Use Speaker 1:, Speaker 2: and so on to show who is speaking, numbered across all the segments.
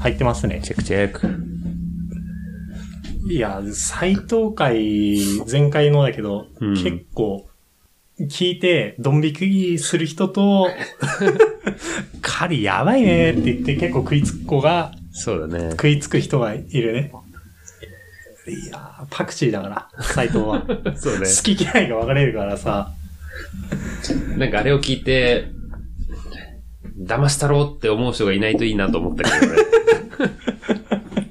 Speaker 1: 入ってますね。
Speaker 2: チェックチェック。
Speaker 1: いや、最東海、前回のだけど、
Speaker 2: うん
Speaker 1: 結構、聞いて、ドン引きする人 と、狩りやばいねって言って結構食いつく子が、
Speaker 2: そうだね。
Speaker 1: 食いつく人がいるね。いやー、パクチーだから、斎藤は。好
Speaker 2: そうね。
Speaker 1: き嫌いが分かれるからさ。
Speaker 2: なんかあれを聞いて、騙したろうって思う人がいないといいなと思ったけどね。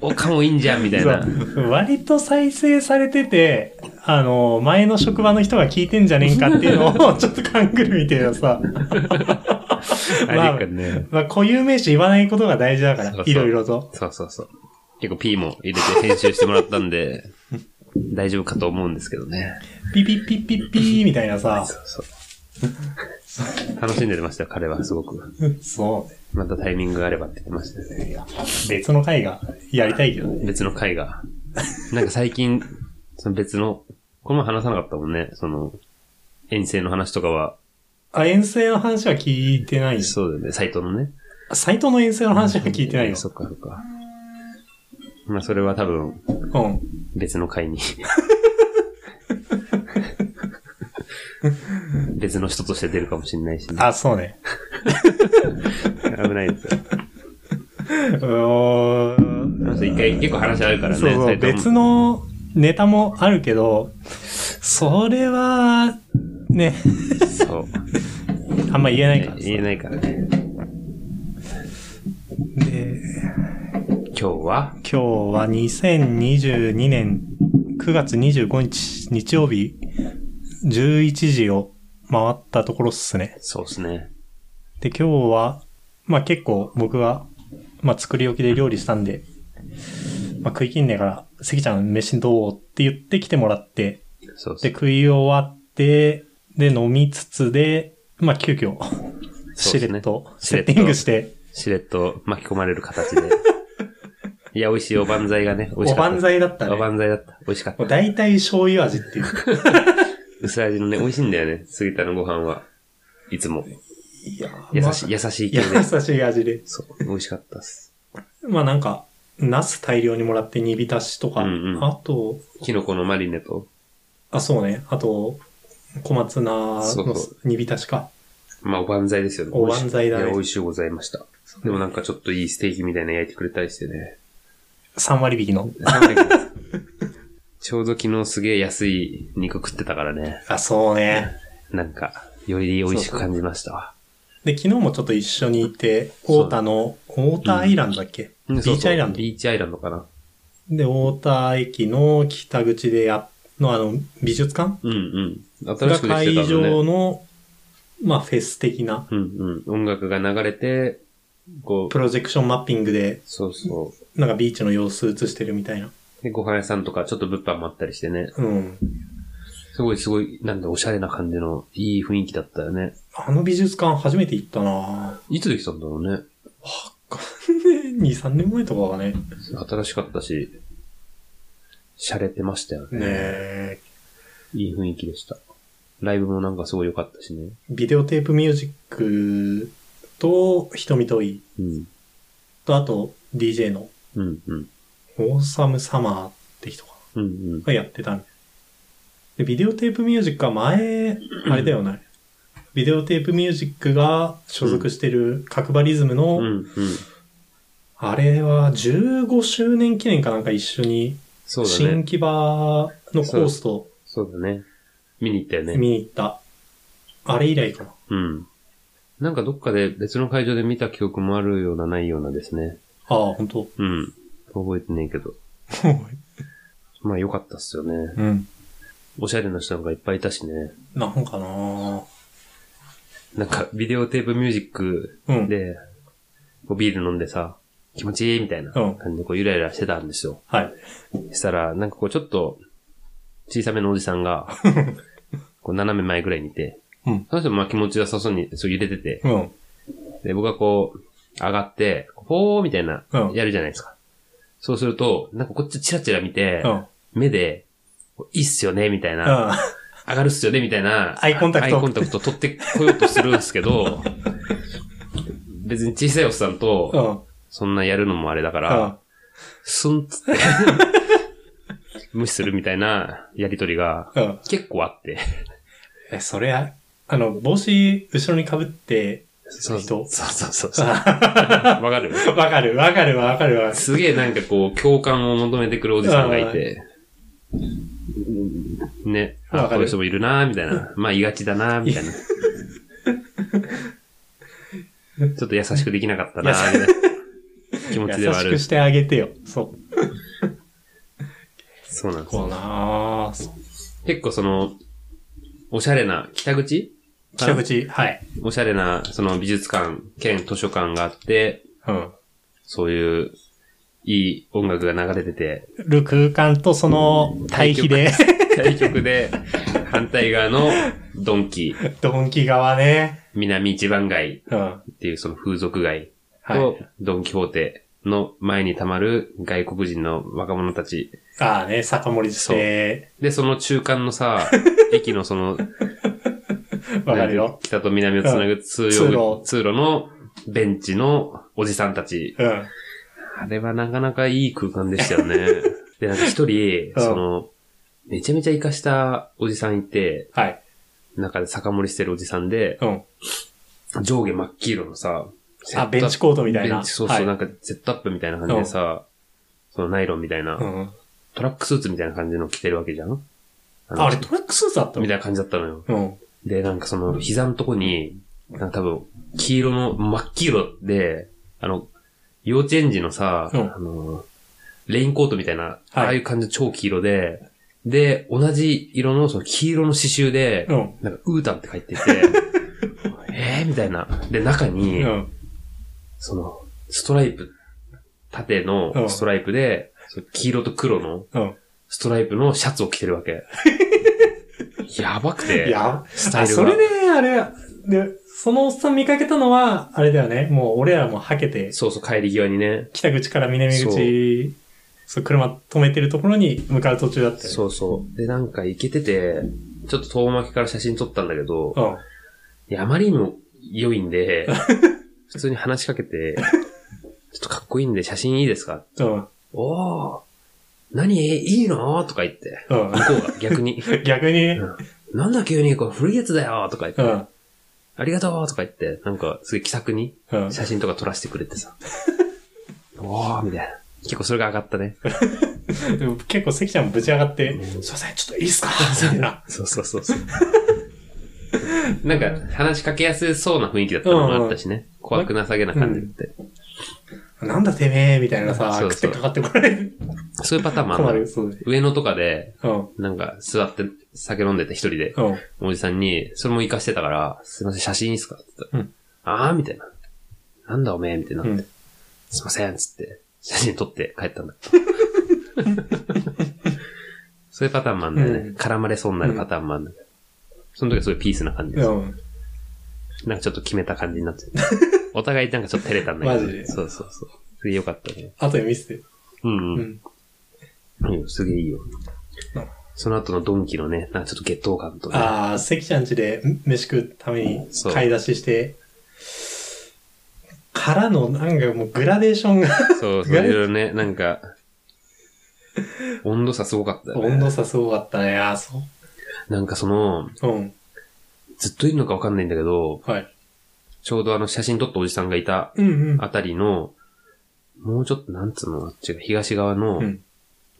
Speaker 2: おかもいいんじゃんみたいな。
Speaker 1: そう割と再生されてて、あの、前の職場の人が聞いてんじゃねえかっていうのを、 ちょっと勘ぐるみたいなさ。ま
Speaker 2: あ
Speaker 1: あ
Speaker 2: れかね。
Speaker 1: まあ、固有名詞言わないことが大事だから
Speaker 2: そう、そう
Speaker 1: いろいろと。
Speaker 2: そうそうそう。結構 P も入れて編集してもらったんで、大丈夫かと思うんですけどね。
Speaker 1: ピピピピピーみたいなさ。
Speaker 2: そう そう。楽しんでましたよ、彼はすごく。
Speaker 1: そ
Speaker 2: またタイミングがあればって言ってました
Speaker 1: うね。
Speaker 2: ね。
Speaker 1: いや別の回がやりたいけどね。
Speaker 2: 別の回が。なんか最近、その別の、この前話さなかったもんね。その、遠征の話とかは、
Speaker 1: あ、遠征の話は聞いてないよ。
Speaker 2: そうだよね、サイトのね。
Speaker 1: 斎藤の遠征の話は聞いてないよ。
Speaker 2: そっかそっか。まあそれは多分
Speaker 1: うん。
Speaker 2: 別 の回に。別の人として出るかもしれないし、ね、
Speaker 1: あ、そうね。
Speaker 2: 危ないですよ。
Speaker 1: うーん。
Speaker 2: まず一回結構話あるからね。
Speaker 1: そうそう、
Speaker 2: 斉藤も
Speaker 1: 別のネタもあるけど、それは、ね、
Speaker 2: そう。
Speaker 1: あんま言えないからさ
Speaker 2: 言えないからね。
Speaker 1: で、
Speaker 2: 今日は
Speaker 1: 今日は2022年9月25日日曜日11時を回ったところっすね。
Speaker 2: そうですね。
Speaker 1: で、今日は、まあ結構僕が、まあ作り置きで料理したんで、まあ食いきんねえから、関ちゃん飯どうって言ってきてもらって、
Speaker 2: そう
Speaker 1: で、
Speaker 2: そう。
Speaker 1: 食い終わって、で、飲みつつで、まあ、急遽、
Speaker 2: そう
Speaker 1: しれ
Speaker 2: ですね
Speaker 1: っと、
Speaker 2: し
Speaker 1: セ
Speaker 2: れっ
Speaker 1: ッ
Speaker 2: と
Speaker 1: ティングして、
Speaker 2: しれっと巻き込まれる 形で。いや、美味しいおばんざいがね、美味
Speaker 1: お
Speaker 2: しかった。
Speaker 1: ばんざいだったね。
Speaker 2: おば
Speaker 1: も
Speaker 2: んざいだった。美味しかった
Speaker 1: う。大体醤油味っていう。
Speaker 2: 薄味のね、美味しいんだよね。杉田のご飯は。いつも。
Speaker 1: いや
Speaker 2: 優
Speaker 1: まあ
Speaker 2: し い、優しい系で。
Speaker 1: 優しい味で。
Speaker 2: そう。美味しかったっす。
Speaker 1: まあ、なんか、ナス大量にもらって煮浸しとか、
Speaker 2: うんうん
Speaker 1: あと、
Speaker 2: キノコのマリネと、
Speaker 1: あ、そうね、あと、小松菜
Speaker 2: そう
Speaker 1: の
Speaker 2: そ
Speaker 1: 煮浸しか。
Speaker 2: まあ、おばんざいですよね。
Speaker 1: おばんざいだね
Speaker 2: 美味しいや、美味しゅうございました。でもなんかちょっといいステーキみたいなの焼いてくれたりし てね。
Speaker 1: 3割引きの。
Speaker 2: ちょうど昨日すげえ安い肉食ってたからね。
Speaker 1: あ、そうね。
Speaker 2: なんか、より美味しく感じましたわ。
Speaker 1: で、昨日もちょっと一緒にいて、太田の、太田アイランドだっけ、
Speaker 2: うん
Speaker 1: ビーチアイランド
Speaker 2: そうそうビーチアイランドかな。
Speaker 1: で、大田駅の北口でや、のあの、美術館
Speaker 2: うんうん。新
Speaker 1: が
Speaker 2: しくできて
Speaker 1: 会
Speaker 2: たんだ
Speaker 1: 場
Speaker 2: ね。
Speaker 1: の、まあ、フェス的な、
Speaker 2: うんうん。音楽が流れて、こ
Speaker 1: プ
Speaker 2: う、
Speaker 1: ロジェクションマッピングで、
Speaker 2: そうそ
Speaker 1: なんかビーチの様子映してるみたいな。
Speaker 2: う。で、ご飯屋さんとか、ちょっと物販もあったりしてね。
Speaker 1: うん。
Speaker 2: すごいすごい、なんだ、おしゃれな感じの、いい雰囲気だったよね。
Speaker 1: あの美術館初めて行ったない
Speaker 2: つできたんだろうね。
Speaker 1: ぁ。2、3年前とかはね。
Speaker 2: 新しかったし、洒落てましたよ
Speaker 1: ねえ。
Speaker 2: いい雰囲気でした。ライブもなんかすごい良かったしね。
Speaker 1: ビデオテープミュージックと、瞳とい
Speaker 2: うん。
Speaker 1: と、あと、DJ の、
Speaker 2: うんうん。
Speaker 1: オーサムサマーって人かな
Speaker 2: うんうん。
Speaker 1: がやってたんで、ビデオテープミュージックは前、あれだよね。ビデオテープミュージックが所属してる角張リズムの、
Speaker 2: うんうん。
Speaker 1: あれは15周年記念かなんか一緒に、
Speaker 2: そうだ
Speaker 1: 新
Speaker 2: ね。
Speaker 1: 木場のコースと
Speaker 2: そうだね。見に行ったよね。
Speaker 1: 見に行った。あれ以来かな。
Speaker 2: うん。なんかどっかで別の会場で見た記憶もあるようなないようなですね。
Speaker 1: ああ、本 当。
Speaker 2: うん。覚えてねえけど。まあ良かったっすよね。
Speaker 1: うん。
Speaker 2: おしゃれな人がいっぱいいたしね。
Speaker 1: なんかな
Speaker 2: なんかビデオテープミュージック
Speaker 1: うん。
Speaker 2: で、こうビール飲んでさ、気持ちいいみたいな
Speaker 1: うん
Speaker 2: 感じでこうゆらゆらしてたんですよ。
Speaker 1: はい。
Speaker 2: したら、なんかこうちょっと、小さめのおじさん が、こう斜め前ぐらいにいて、
Speaker 1: うん
Speaker 2: その人もまあ気持ちよさそうに、そう揺れてて、
Speaker 1: うん。
Speaker 2: で、僕がこう、上がって、ほーみたいな
Speaker 1: うん、
Speaker 2: やるじゃないですか。そうすると、なんかこっちチラチラ見て、
Speaker 1: うん。
Speaker 2: 目で、こういいっすよね、みたいな、
Speaker 1: あ
Speaker 2: 上がるっすよね、みたいな、
Speaker 1: アイコンタクト
Speaker 2: アイコンタク ト取ってこようとするんですけど、別に小さいおっさん
Speaker 1: う
Speaker 2: と、
Speaker 1: ん。
Speaker 2: そんなやるのもあれだから、
Speaker 1: あ
Speaker 2: スンっつって、 無視するみたいなやりとりが
Speaker 1: あ、うん。
Speaker 2: 結構あ って。
Speaker 1: え、そりゃ、あの、帽子後ろに被って、
Speaker 2: そう
Speaker 1: 人
Speaker 2: そうそうそうそう。
Speaker 1: わ
Speaker 2: わかる
Speaker 1: かる、 わかる、わかる、わかる。
Speaker 2: すげえなんかこう、共感を求めてくるおじさんがいて、ね、あ、
Speaker 1: わかる
Speaker 2: こういう人もいるなーみたいな。まあ、いがちだなーみた いな。ちょっと優しくできなかったなーみたいな気持ちで
Speaker 1: 優
Speaker 2: はあ
Speaker 1: し
Speaker 2: る
Speaker 1: く。してあげてよ。そう。
Speaker 2: そうなんです
Speaker 1: こう
Speaker 2: よ。
Speaker 1: なぁ。
Speaker 2: 結構その、おしゃれな、北口
Speaker 1: 北口、はい。
Speaker 2: おしゃれな、その美術館兼図書館があって、
Speaker 1: うん。
Speaker 2: そういう、いい音楽が流れてて、
Speaker 1: る空間とその対比で、
Speaker 2: 対局で、反対側のドンキ、
Speaker 1: ドンキ側ね。
Speaker 2: 南一番街
Speaker 1: うん。は
Speaker 2: っていうその風俗街
Speaker 1: い。
Speaker 2: と、ドンキホーテの前に溜まる外国人の若者たち。
Speaker 1: ああね、酒盛りして、
Speaker 2: で、その中間の さ、駅のその、
Speaker 1: わかる
Speaker 2: なん
Speaker 1: よ
Speaker 2: て。北と南をつなぐ通用
Speaker 1: うん
Speaker 2: 通路のベンチのおじさんたち。
Speaker 1: うん。
Speaker 2: あれはなかなかいい空間でした よね。で、なんか一人、
Speaker 1: うん
Speaker 2: その、めちゃめちゃ活かしたおじさんいて、
Speaker 1: はい。
Speaker 2: 中で酒盛りしてるおじさんで、
Speaker 1: うん。
Speaker 2: 上下真っ黄色のさ、セットア
Speaker 1: あ、
Speaker 2: ップ
Speaker 1: ベンチコートみたいな。
Speaker 2: ベンチそうそう、
Speaker 1: はい、
Speaker 2: なんかセットアップみたいな感じでさ、そのナイロンみたいな、
Speaker 1: うん。
Speaker 2: トラックスーツみたいな感じの着てるわけじゃんあの
Speaker 1: ああれトラックスーツだったの
Speaker 2: みたいな感じだったのよ。
Speaker 1: うん。
Speaker 2: で、なんかその膝のとこに、なんか多分、黄色の、真っ黄色で、あの、幼稚園児のさ、
Speaker 1: うん
Speaker 2: あの、レインコートみたいな、
Speaker 1: はい
Speaker 2: ああいう感じの超黄色で、で、同じ色のその黄色の刺繍で、
Speaker 1: うん。
Speaker 2: なんか、ウータンって 書いてて、えーみたいな。で、中に、
Speaker 1: うん。
Speaker 2: その、ストライプ、縦
Speaker 1: う
Speaker 2: の
Speaker 1: ん
Speaker 2: ストライプで、その黄色と黒の
Speaker 1: うん。
Speaker 2: ストライプのシャツを着てる わけ。やばく
Speaker 1: い
Speaker 2: て、
Speaker 1: や、
Speaker 2: スタ
Speaker 1: あ、
Speaker 2: イル
Speaker 1: そ
Speaker 2: が
Speaker 1: れ。で、あれ、で、そのおっさん見かけたのは、あれだよね。もう俺らもはけて、
Speaker 2: そうそう、帰り際にね。
Speaker 1: 北口から南口、
Speaker 2: そう
Speaker 1: そう車止めてるところに向かう途中だったよね。
Speaker 2: そうそう。で、なんか行けてて、ちょっと遠巻きから写真撮ったんだけど、
Speaker 1: うん。
Speaker 2: いやあまりにも良い んで、普通に話しかけて、ちょっとかっこいいんで写真いいですか
Speaker 1: うん。
Speaker 2: おー何いいのとか言って。
Speaker 1: うん
Speaker 2: 向。こうが逆に。
Speaker 1: 逆に、
Speaker 2: う
Speaker 1: うん
Speaker 2: なんだ急にこれ古いやつだよとか言って。
Speaker 1: ん。
Speaker 2: ありがとうとか言って、なんかすげえ気さくに
Speaker 1: うん。
Speaker 2: 写真とか撮らせてくれてさ。 おーみたいな。結構それが上がったね。
Speaker 1: でも結構関ちゃんもぶち上がって、
Speaker 2: うん
Speaker 1: すいません、ちょっといいっすかみたいな。
Speaker 2: そうそうそうそう。なんか、話しかけやすそうな雰囲気だったのもあったしね。怖くなさげな感じって。
Speaker 1: なんだてめえみたいなさ、
Speaker 2: そう
Speaker 1: 食っ
Speaker 2: そう
Speaker 1: てかかってこられる。
Speaker 2: そういうパターンもあ
Speaker 1: 困
Speaker 2: る
Speaker 1: る。。そうで。
Speaker 2: 上野とかで、
Speaker 1: うん。
Speaker 2: なんか、座って酒飲んでて一人で、
Speaker 1: うん。
Speaker 2: おじさんに、それも活かしてたから、すいません、写真いいっすかって言ったら、
Speaker 1: うん
Speaker 2: あーみたいな。なんだおめえみたいな。
Speaker 1: うん。
Speaker 2: すいません、つって、写真撮って 帰ったんだ。そういうパターンもあるんだよね。
Speaker 1: うん
Speaker 2: 絡まれそうになるパターンもあるんだけど。その時はすごいピースな感じで
Speaker 1: う
Speaker 2: す。
Speaker 1: ん。
Speaker 2: なんかちょっと決めた感じにな っちゃった。お互いなんかちょっと照れたんだけど。
Speaker 1: マジで
Speaker 2: そうそうそう。すげえよかったね。
Speaker 1: あとで見せて。
Speaker 2: うん
Speaker 1: う
Speaker 2: うん。
Speaker 1: ん。
Speaker 2: いいよすげえいいよ
Speaker 1: うん。
Speaker 2: その後のドンキのね、なんかちょっと月頭感とね。
Speaker 1: ああ、関ちゃん家でん飯食うために
Speaker 2: そう
Speaker 1: 買い出しして、からのなんかもうグラデーションが、
Speaker 2: そうそう、い
Speaker 1: ガレ
Speaker 2: ろいろね、なんか、温度差すごかったよね。
Speaker 1: 温度差すごかったね。ああ、そ
Speaker 2: なんかその、
Speaker 1: う。うん。
Speaker 2: ずっといるのかわかんないんだけど、
Speaker 1: はい。
Speaker 2: ちょうどあの写真撮ったおじさんがいた
Speaker 1: うんうん。
Speaker 2: あたりの、もうちょっと、なんつうの、あっちが東側の
Speaker 1: うん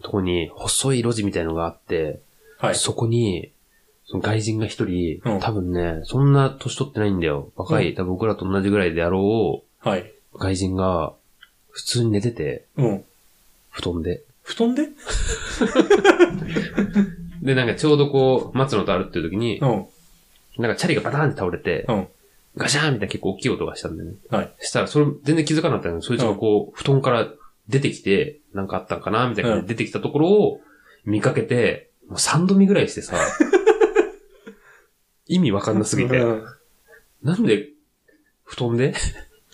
Speaker 2: とこに細い路地みたいのがあって、
Speaker 1: はい。
Speaker 2: そこに、その外人が一人、
Speaker 1: うん
Speaker 2: 多分ね、そんな年取ってないんだよ。若い、多分僕らと同じぐらいであろ
Speaker 1: はい。
Speaker 2: う、外人が、普通に寝てて、
Speaker 1: うん。
Speaker 2: 布団で。
Speaker 1: 布団で
Speaker 2: で、なんかちょうどこう、松野と歩ってる時に
Speaker 1: う、ん。
Speaker 2: なんかチャリがバターンって倒れて、
Speaker 1: うん
Speaker 2: ガシャーンみたいな結構大きい音がしたんだよね。
Speaker 1: はい。
Speaker 2: したら、それ全然気づかなかったんだけど、そいつがこう、布団から出てきて、なんかあったんかなみたいな感じで出てきたところを見かけて、もう3度見ぐら いしてさ、意味わかんなすぎて、
Speaker 1: うん
Speaker 2: なんで、布団で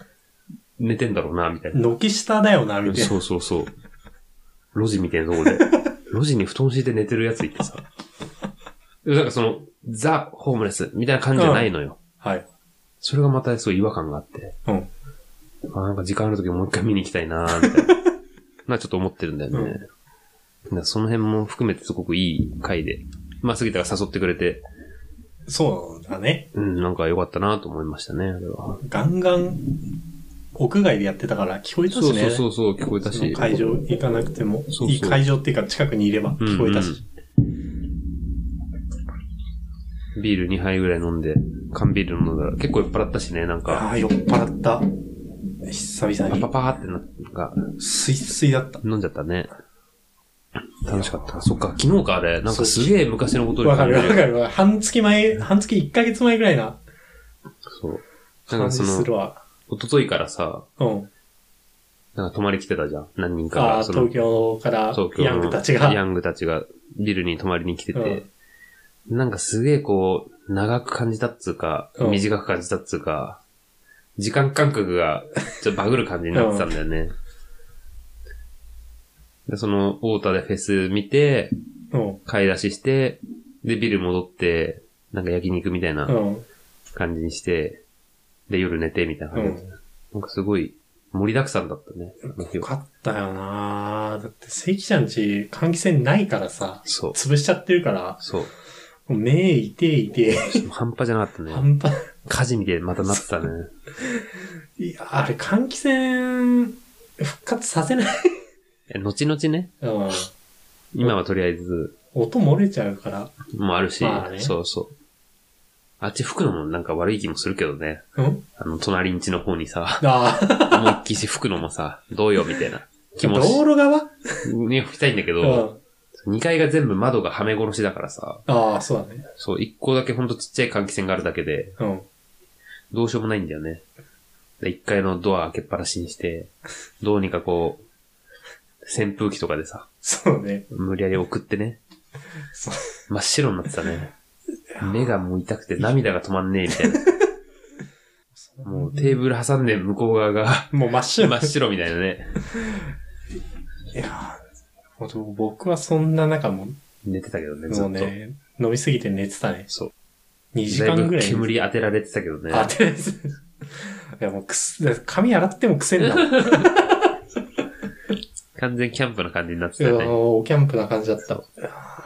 Speaker 2: 寝てんだろうなみたいな。
Speaker 1: 軒下だよな、みたいな。
Speaker 2: そうそうそう。路地みたいなとこで。路地に布団敷いて寝てるやついてさ。でもなんかその、ザ・ホームレスみたいな感じじゃないのよ。
Speaker 1: はい。
Speaker 2: それがまたすごい違和感があって。
Speaker 1: うん。
Speaker 2: あなんか時間ある時もう一回見に行きたいなみ たいな。な、ちょっと思ってるんだよね。
Speaker 1: うん
Speaker 2: だからその辺も含めてすごくいい回で。まあ、杉田が誘ってくれて、
Speaker 1: そうだね。
Speaker 2: うん、なんか良かったなと思いましたね、あれは。
Speaker 1: ガンガン、屋外でやってたから聞こえたし
Speaker 2: そう
Speaker 1: ね。
Speaker 2: そうそうそう、聞こえたし。
Speaker 1: 会場行かなくても、
Speaker 2: そうそう
Speaker 1: いい会場っていうか近くにいれば聞こえたし。
Speaker 2: ビール2杯ぐらい飲んで、缶ビール飲んだら結構酔っ払ったしね、なんか、
Speaker 1: ああ、酔っ払った。久々
Speaker 2: パパ
Speaker 1: に。
Speaker 2: パーってな、なんか、
Speaker 1: すいすいだった。
Speaker 2: 飲んじゃったね。楽しかった。そっか、昨日かあれ、なんかすげえ昔のことに
Speaker 1: わか
Speaker 2: 感じ
Speaker 1: るわか
Speaker 2: る。
Speaker 1: るわかる。半月前、半月1ヶ月前ぐらいな
Speaker 2: そう。なん
Speaker 1: 感
Speaker 2: か
Speaker 1: じ
Speaker 2: そ
Speaker 1: する
Speaker 2: の、
Speaker 1: わ。
Speaker 2: 一昨日からさ、
Speaker 1: うん。
Speaker 2: なんか泊まり来てたじゃん。何人か
Speaker 1: あ
Speaker 2: が。
Speaker 1: あ、
Speaker 2: その
Speaker 1: 東京から
Speaker 2: 東京の
Speaker 1: ヤングたちが。
Speaker 2: ヤングたちがビルに泊まりに来てて、
Speaker 1: う
Speaker 2: なんかすげえこう、長く感じたっつうか、
Speaker 1: うん
Speaker 2: 短く感じたっつうか、時間感覚がちょっとバグる感じになってたんだよね。で、その、太田でフェス見て、
Speaker 1: うん。
Speaker 2: 買い出しして、で、ビル戻って、なんか焼肉みたいな
Speaker 1: うん。
Speaker 2: 感じにして、で、夜寝てみたいな感じだった、なんかすごい盛りだくさんだったね。あの日
Speaker 1: よ
Speaker 2: は
Speaker 1: かったよなだって、関ちゃんち、換気扇ないからさ、
Speaker 2: そう。
Speaker 1: 潰しちゃってるから、
Speaker 2: そう。
Speaker 1: もう目いていて、
Speaker 2: 半端じゃなかったね。
Speaker 1: 半端
Speaker 2: 火事みたいにまたなっ てたね。
Speaker 1: いや、あれ、換気扇、復活させない。
Speaker 2: え後々ね、
Speaker 1: うん。
Speaker 2: 今はとりあえず、
Speaker 1: 音漏れちゃうから。
Speaker 2: もあるし、
Speaker 1: まあね
Speaker 2: そうそう。あっち吹くのもなんか悪い気もするけどね。
Speaker 1: うん
Speaker 2: あの、隣んちの方に さ、
Speaker 1: ああ、
Speaker 2: 思いっきし吹くのもさ、どうよみたいな気持
Speaker 1: 道
Speaker 2: ち
Speaker 1: 路側
Speaker 2: に吹きたいんだけ
Speaker 1: う
Speaker 2: ど、
Speaker 1: ん。
Speaker 2: 2階が全部窓がはめ殺しだからさ、
Speaker 1: ああ、そうだね。
Speaker 2: そう、1個だけほんとちっちゃい換気扇があるだけで、
Speaker 1: うん。
Speaker 2: どうしようもないんだよね。で1階のドア開けっぱなしにして、どうにかこう、扇風機とかでさ、
Speaker 1: そうね。
Speaker 2: 無理やり送ってね、
Speaker 1: そう
Speaker 2: 真っ白になってたね。目がもう痛くて涙が止まんねえみたいな。もうテーブル挟んで向こう側が
Speaker 1: もう真っ
Speaker 2: 真
Speaker 1: 白。
Speaker 2: っ白みたいなね。
Speaker 1: いやーほんと僕はそんな中も、
Speaker 2: 寝てたけどね、ずっ
Speaker 1: も
Speaker 2: と。
Speaker 1: うね、飲みすぎて寝てたね。
Speaker 2: そう。
Speaker 1: 2時
Speaker 2: だい
Speaker 1: 間ぐ
Speaker 2: ぶ
Speaker 1: らい。
Speaker 2: 煙当てられてたけどね。
Speaker 1: あ、てです。いや、もうくす、髪洗っても癖にな る。
Speaker 2: 完全キャンプな感じになって
Speaker 1: いや
Speaker 2: た
Speaker 1: ー
Speaker 2: よね。
Speaker 1: おキャンプな感じだった。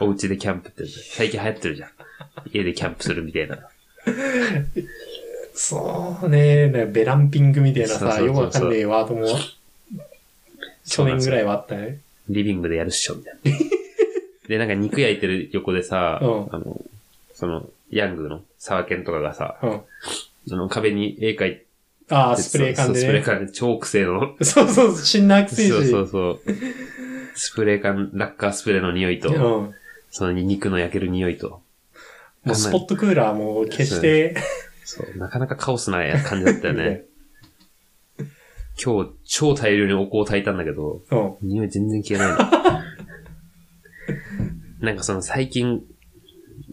Speaker 2: お家でキャンプって、最近流行ってるじゃん。家でキャンプするみたいな。
Speaker 1: そうね、ねベランピングみたいな
Speaker 2: そうそう
Speaker 1: さ、
Speaker 2: そう
Speaker 1: よくわかんねえワードも、去年ぐら
Speaker 2: い。
Speaker 1: いはあったね。
Speaker 2: リビングでやるっしょ、みたい な。で、なんか肉焼いてる横でさ、
Speaker 1: うん
Speaker 2: あの、その、ヤングの沢健とかがさ、
Speaker 1: うん。
Speaker 2: あの、壁に絵描いて
Speaker 1: ああ、
Speaker 2: て
Speaker 1: スプレー
Speaker 2: そ
Speaker 1: 缶
Speaker 2: うスプレ
Speaker 1: で
Speaker 2: ー
Speaker 1: ね。
Speaker 2: 缶で超癖の
Speaker 1: そうそう、死んだくせえし。
Speaker 2: そうそうそう。スプレー缶、ラッカースプレーの匂いと、
Speaker 1: うん。
Speaker 2: その肉の焼ける匂いと。
Speaker 1: もうスポットクーラーも消して、
Speaker 2: そう、なかなかカオスな感じだっ たよね。今日、超大量にお香を炊いたんだけど、
Speaker 1: うん。
Speaker 2: 匂い全然消え ないの。なんかその最近、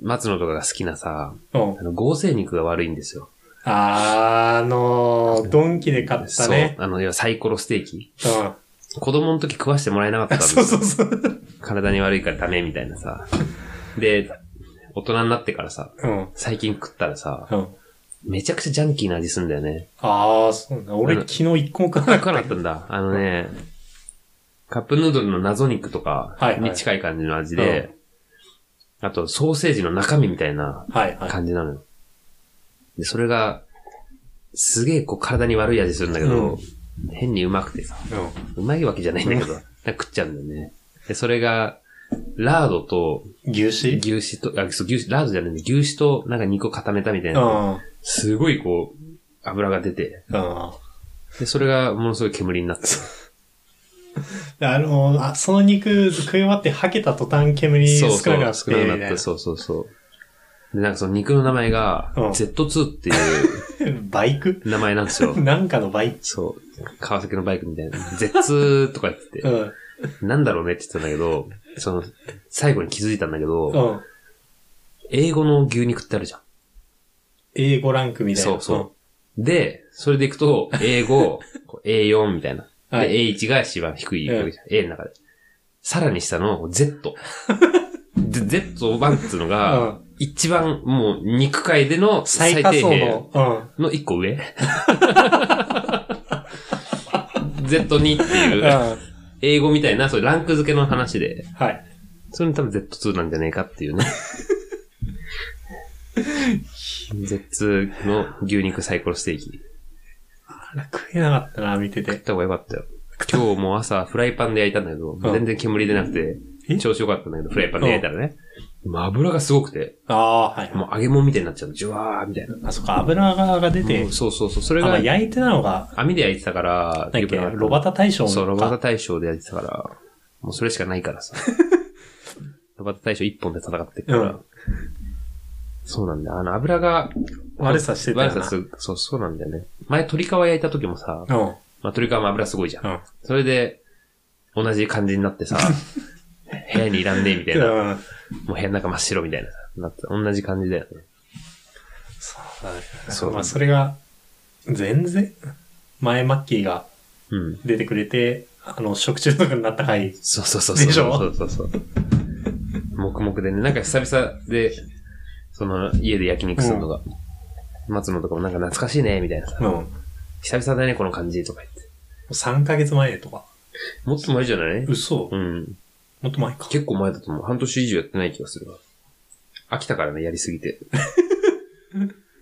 Speaker 2: 松野とかが好きなさ、
Speaker 1: うん。
Speaker 2: あの合成肉が悪いんですよ。
Speaker 1: あーのー、ドンキで買ったね。
Speaker 2: そう。あの、要はサイコロステーキ。
Speaker 1: う
Speaker 2: 子供の時食わしてもらえなかったん
Speaker 1: ん。
Speaker 2: です
Speaker 1: そ
Speaker 2: よ
Speaker 1: う。そうそう。
Speaker 2: 体に悪いからダメみたいなさ。で、大人になってからさ、
Speaker 1: うん。
Speaker 2: 最近食ったらさ、
Speaker 1: うん。
Speaker 2: めちゃくちゃジャンキーな味すんだよね。
Speaker 1: あー、そうなんだ。俺
Speaker 2: うん
Speaker 1: 昨日一個も食わな
Speaker 2: わ
Speaker 1: か
Speaker 2: か
Speaker 1: った
Speaker 2: んなかったんだ。あのね、カップヌードルの謎肉とか
Speaker 1: はいはい
Speaker 2: に近い感じの味で、
Speaker 1: うん
Speaker 2: あとソーセージの中身みたいな
Speaker 1: はいはい。
Speaker 2: 感じなのよ。で、それが、すげえこう体に悪い味するんだけど、変にうまくてさ、うまいわけじゃないんだけど、なんか食っちゃうんだよね。で、それが、ラードと、
Speaker 1: うん。牛脂
Speaker 2: 牛脂と、あ、そう、牛脂、ラードじゃないんだ牛脂となんか肉を固めたみたい
Speaker 1: うん。う
Speaker 2: な。
Speaker 1: ん。うん。
Speaker 2: すごいこう、油が出て、で、それがものすごい煙に なって。
Speaker 1: あのー、あその肉食い終わって吐けた途端煙少
Speaker 2: そう
Speaker 1: な
Speaker 2: そ
Speaker 1: くなって。みた
Speaker 2: う、少なく
Speaker 1: い
Speaker 2: な
Speaker 1: な
Speaker 2: って、そうそうそう。で、なんかその肉の名前が、
Speaker 1: うん
Speaker 2: Z2 っていう
Speaker 1: バイク
Speaker 2: 名前なんで すよ。
Speaker 1: なんかのバイク。
Speaker 2: そう。川崎のバイクみたいな。Z とか言って
Speaker 1: う
Speaker 2: て、
Speaker 1: ん。
Speaker 2: なんだろうねって言ってたんだけど、その、最後に気づいたんだけ
Speaker 1: う
Speaker 2: ど、
Speaker 1: ん。
Speaker 2: 英語の牛肉ってあるじゃん。
Speaker 1: A5 ランクみたいな。
Speaker 2: そうそう。で、それでいくと、英語、こう A4 みたいな。
Speaker 1: うん。は
Speaker 2: で、
Speaker 1: い。
Speaker 2: A1 が一番低いわけじゃん。A の中で。さらに下の Z。で、Z1 っていうの
Speaker 1: う
Speaker 2: が、
Speaker 1: ん。
Speaker 2: 一番もう肉界での最
Speaker 1: 最下
Speaker 2: 低
Speaker 1: 層
Speaker 2: 限
Speaker 1: の。うん。
Speaker 2: の一個上。 Z2 って
Speaker 1: う
Speaker 2: い
Speaker 1: ん。
Speaker 2: う、
Speaker 1: は
Speaker 2: 英語みたいな、そういうランク付けの話で、
Speaker 1: い。
Speaker 2: それに多分 Z2 なんじゃねえかっていうね。Z2 の牛肉サイコロステーキ。
Speaker 1: あら食えなかったな、見て。
Speaker 2: 食ってた方が良かったよ。今日も朝フライパンで焼いたんだけど、
Speaker 1: うん
Speaker 2: 全然煙出なく
Speaker 1: え
Speaker 2: て、調子良かったんだけど、フライパンで焼いたらね。もう油がすごくて、
Speaker 1: ああ、はい。
Speaker 2: もう揚げ物みたいになっちゃうの。じゅわーみたいな。
Speaker 1: あ、そっか、油が出て
Speaker 2: もう、そうそうそう。それ
Speaker 1: あ、ま
Speaker 2: が
Speaker 1: あ、焼いてたのが、
Speaker 2: 網で焼いてたから、
Speaker 1: なんだっけ、
Speaker 2: 良くなかった
Speaker 1: ロバタ大賞
Speaker 2: そう、ロバタ
Speaker 1: タ。
Speaker 2: 大賞でやってたから、もうそれしかな いからさ。ロバタ大賞一本で戦ってるから。
Speaker 1: うん
Speaker 2: そうなんだよ。あの、油が、
Speaker 1: 悪さしてたよ
Speaker 2: 悪
Speaker 1: な
Speaker 2: さする。そう、そうなんだよね。前、鶏皮焼いた時もさ、まあ、
Speaker 1: うん。
Speaker 2: 鶏皮も油すごいじゃん。
Speaker 1: うん
Speaker 2: それで、同じ感じになっ てさ、部屋にいらんねえみたいな。
Speaker 1: うん。
Speaker 2: もう部屋の中真っ白みたいなさ。なった。同じ感じだよね。
Speaker 1: そうだね。
Speaker 2: そう
Speaker 1: まあ、それが、全然、前マッキーが
Speaker 2: うん。
Speaker 1: 出てくれて、あの、食中毒になった回。
Speaker 2: そうそうそうそう。
Speaker 1: でしょ
Speaker 2: そうそうそう。黙々でね、なんか久々で、その、家で焼肉するのが、松野とかもなんか懐かしいね、みたいなさ。
Speaker 1: うん。
Speaker 2: 久々だね、この感じ、とか言って。
Speaker 1: 3ヶ月前とか。
Speaker 2: もっと前じゃない
Speaker 1: 嘘
Speaker 2: うん。
Speaker 1: もっと前か。
Speaker 2: 結構前だと思う。半年以上やってない気がするわ。飽きたからね、やりすぎて。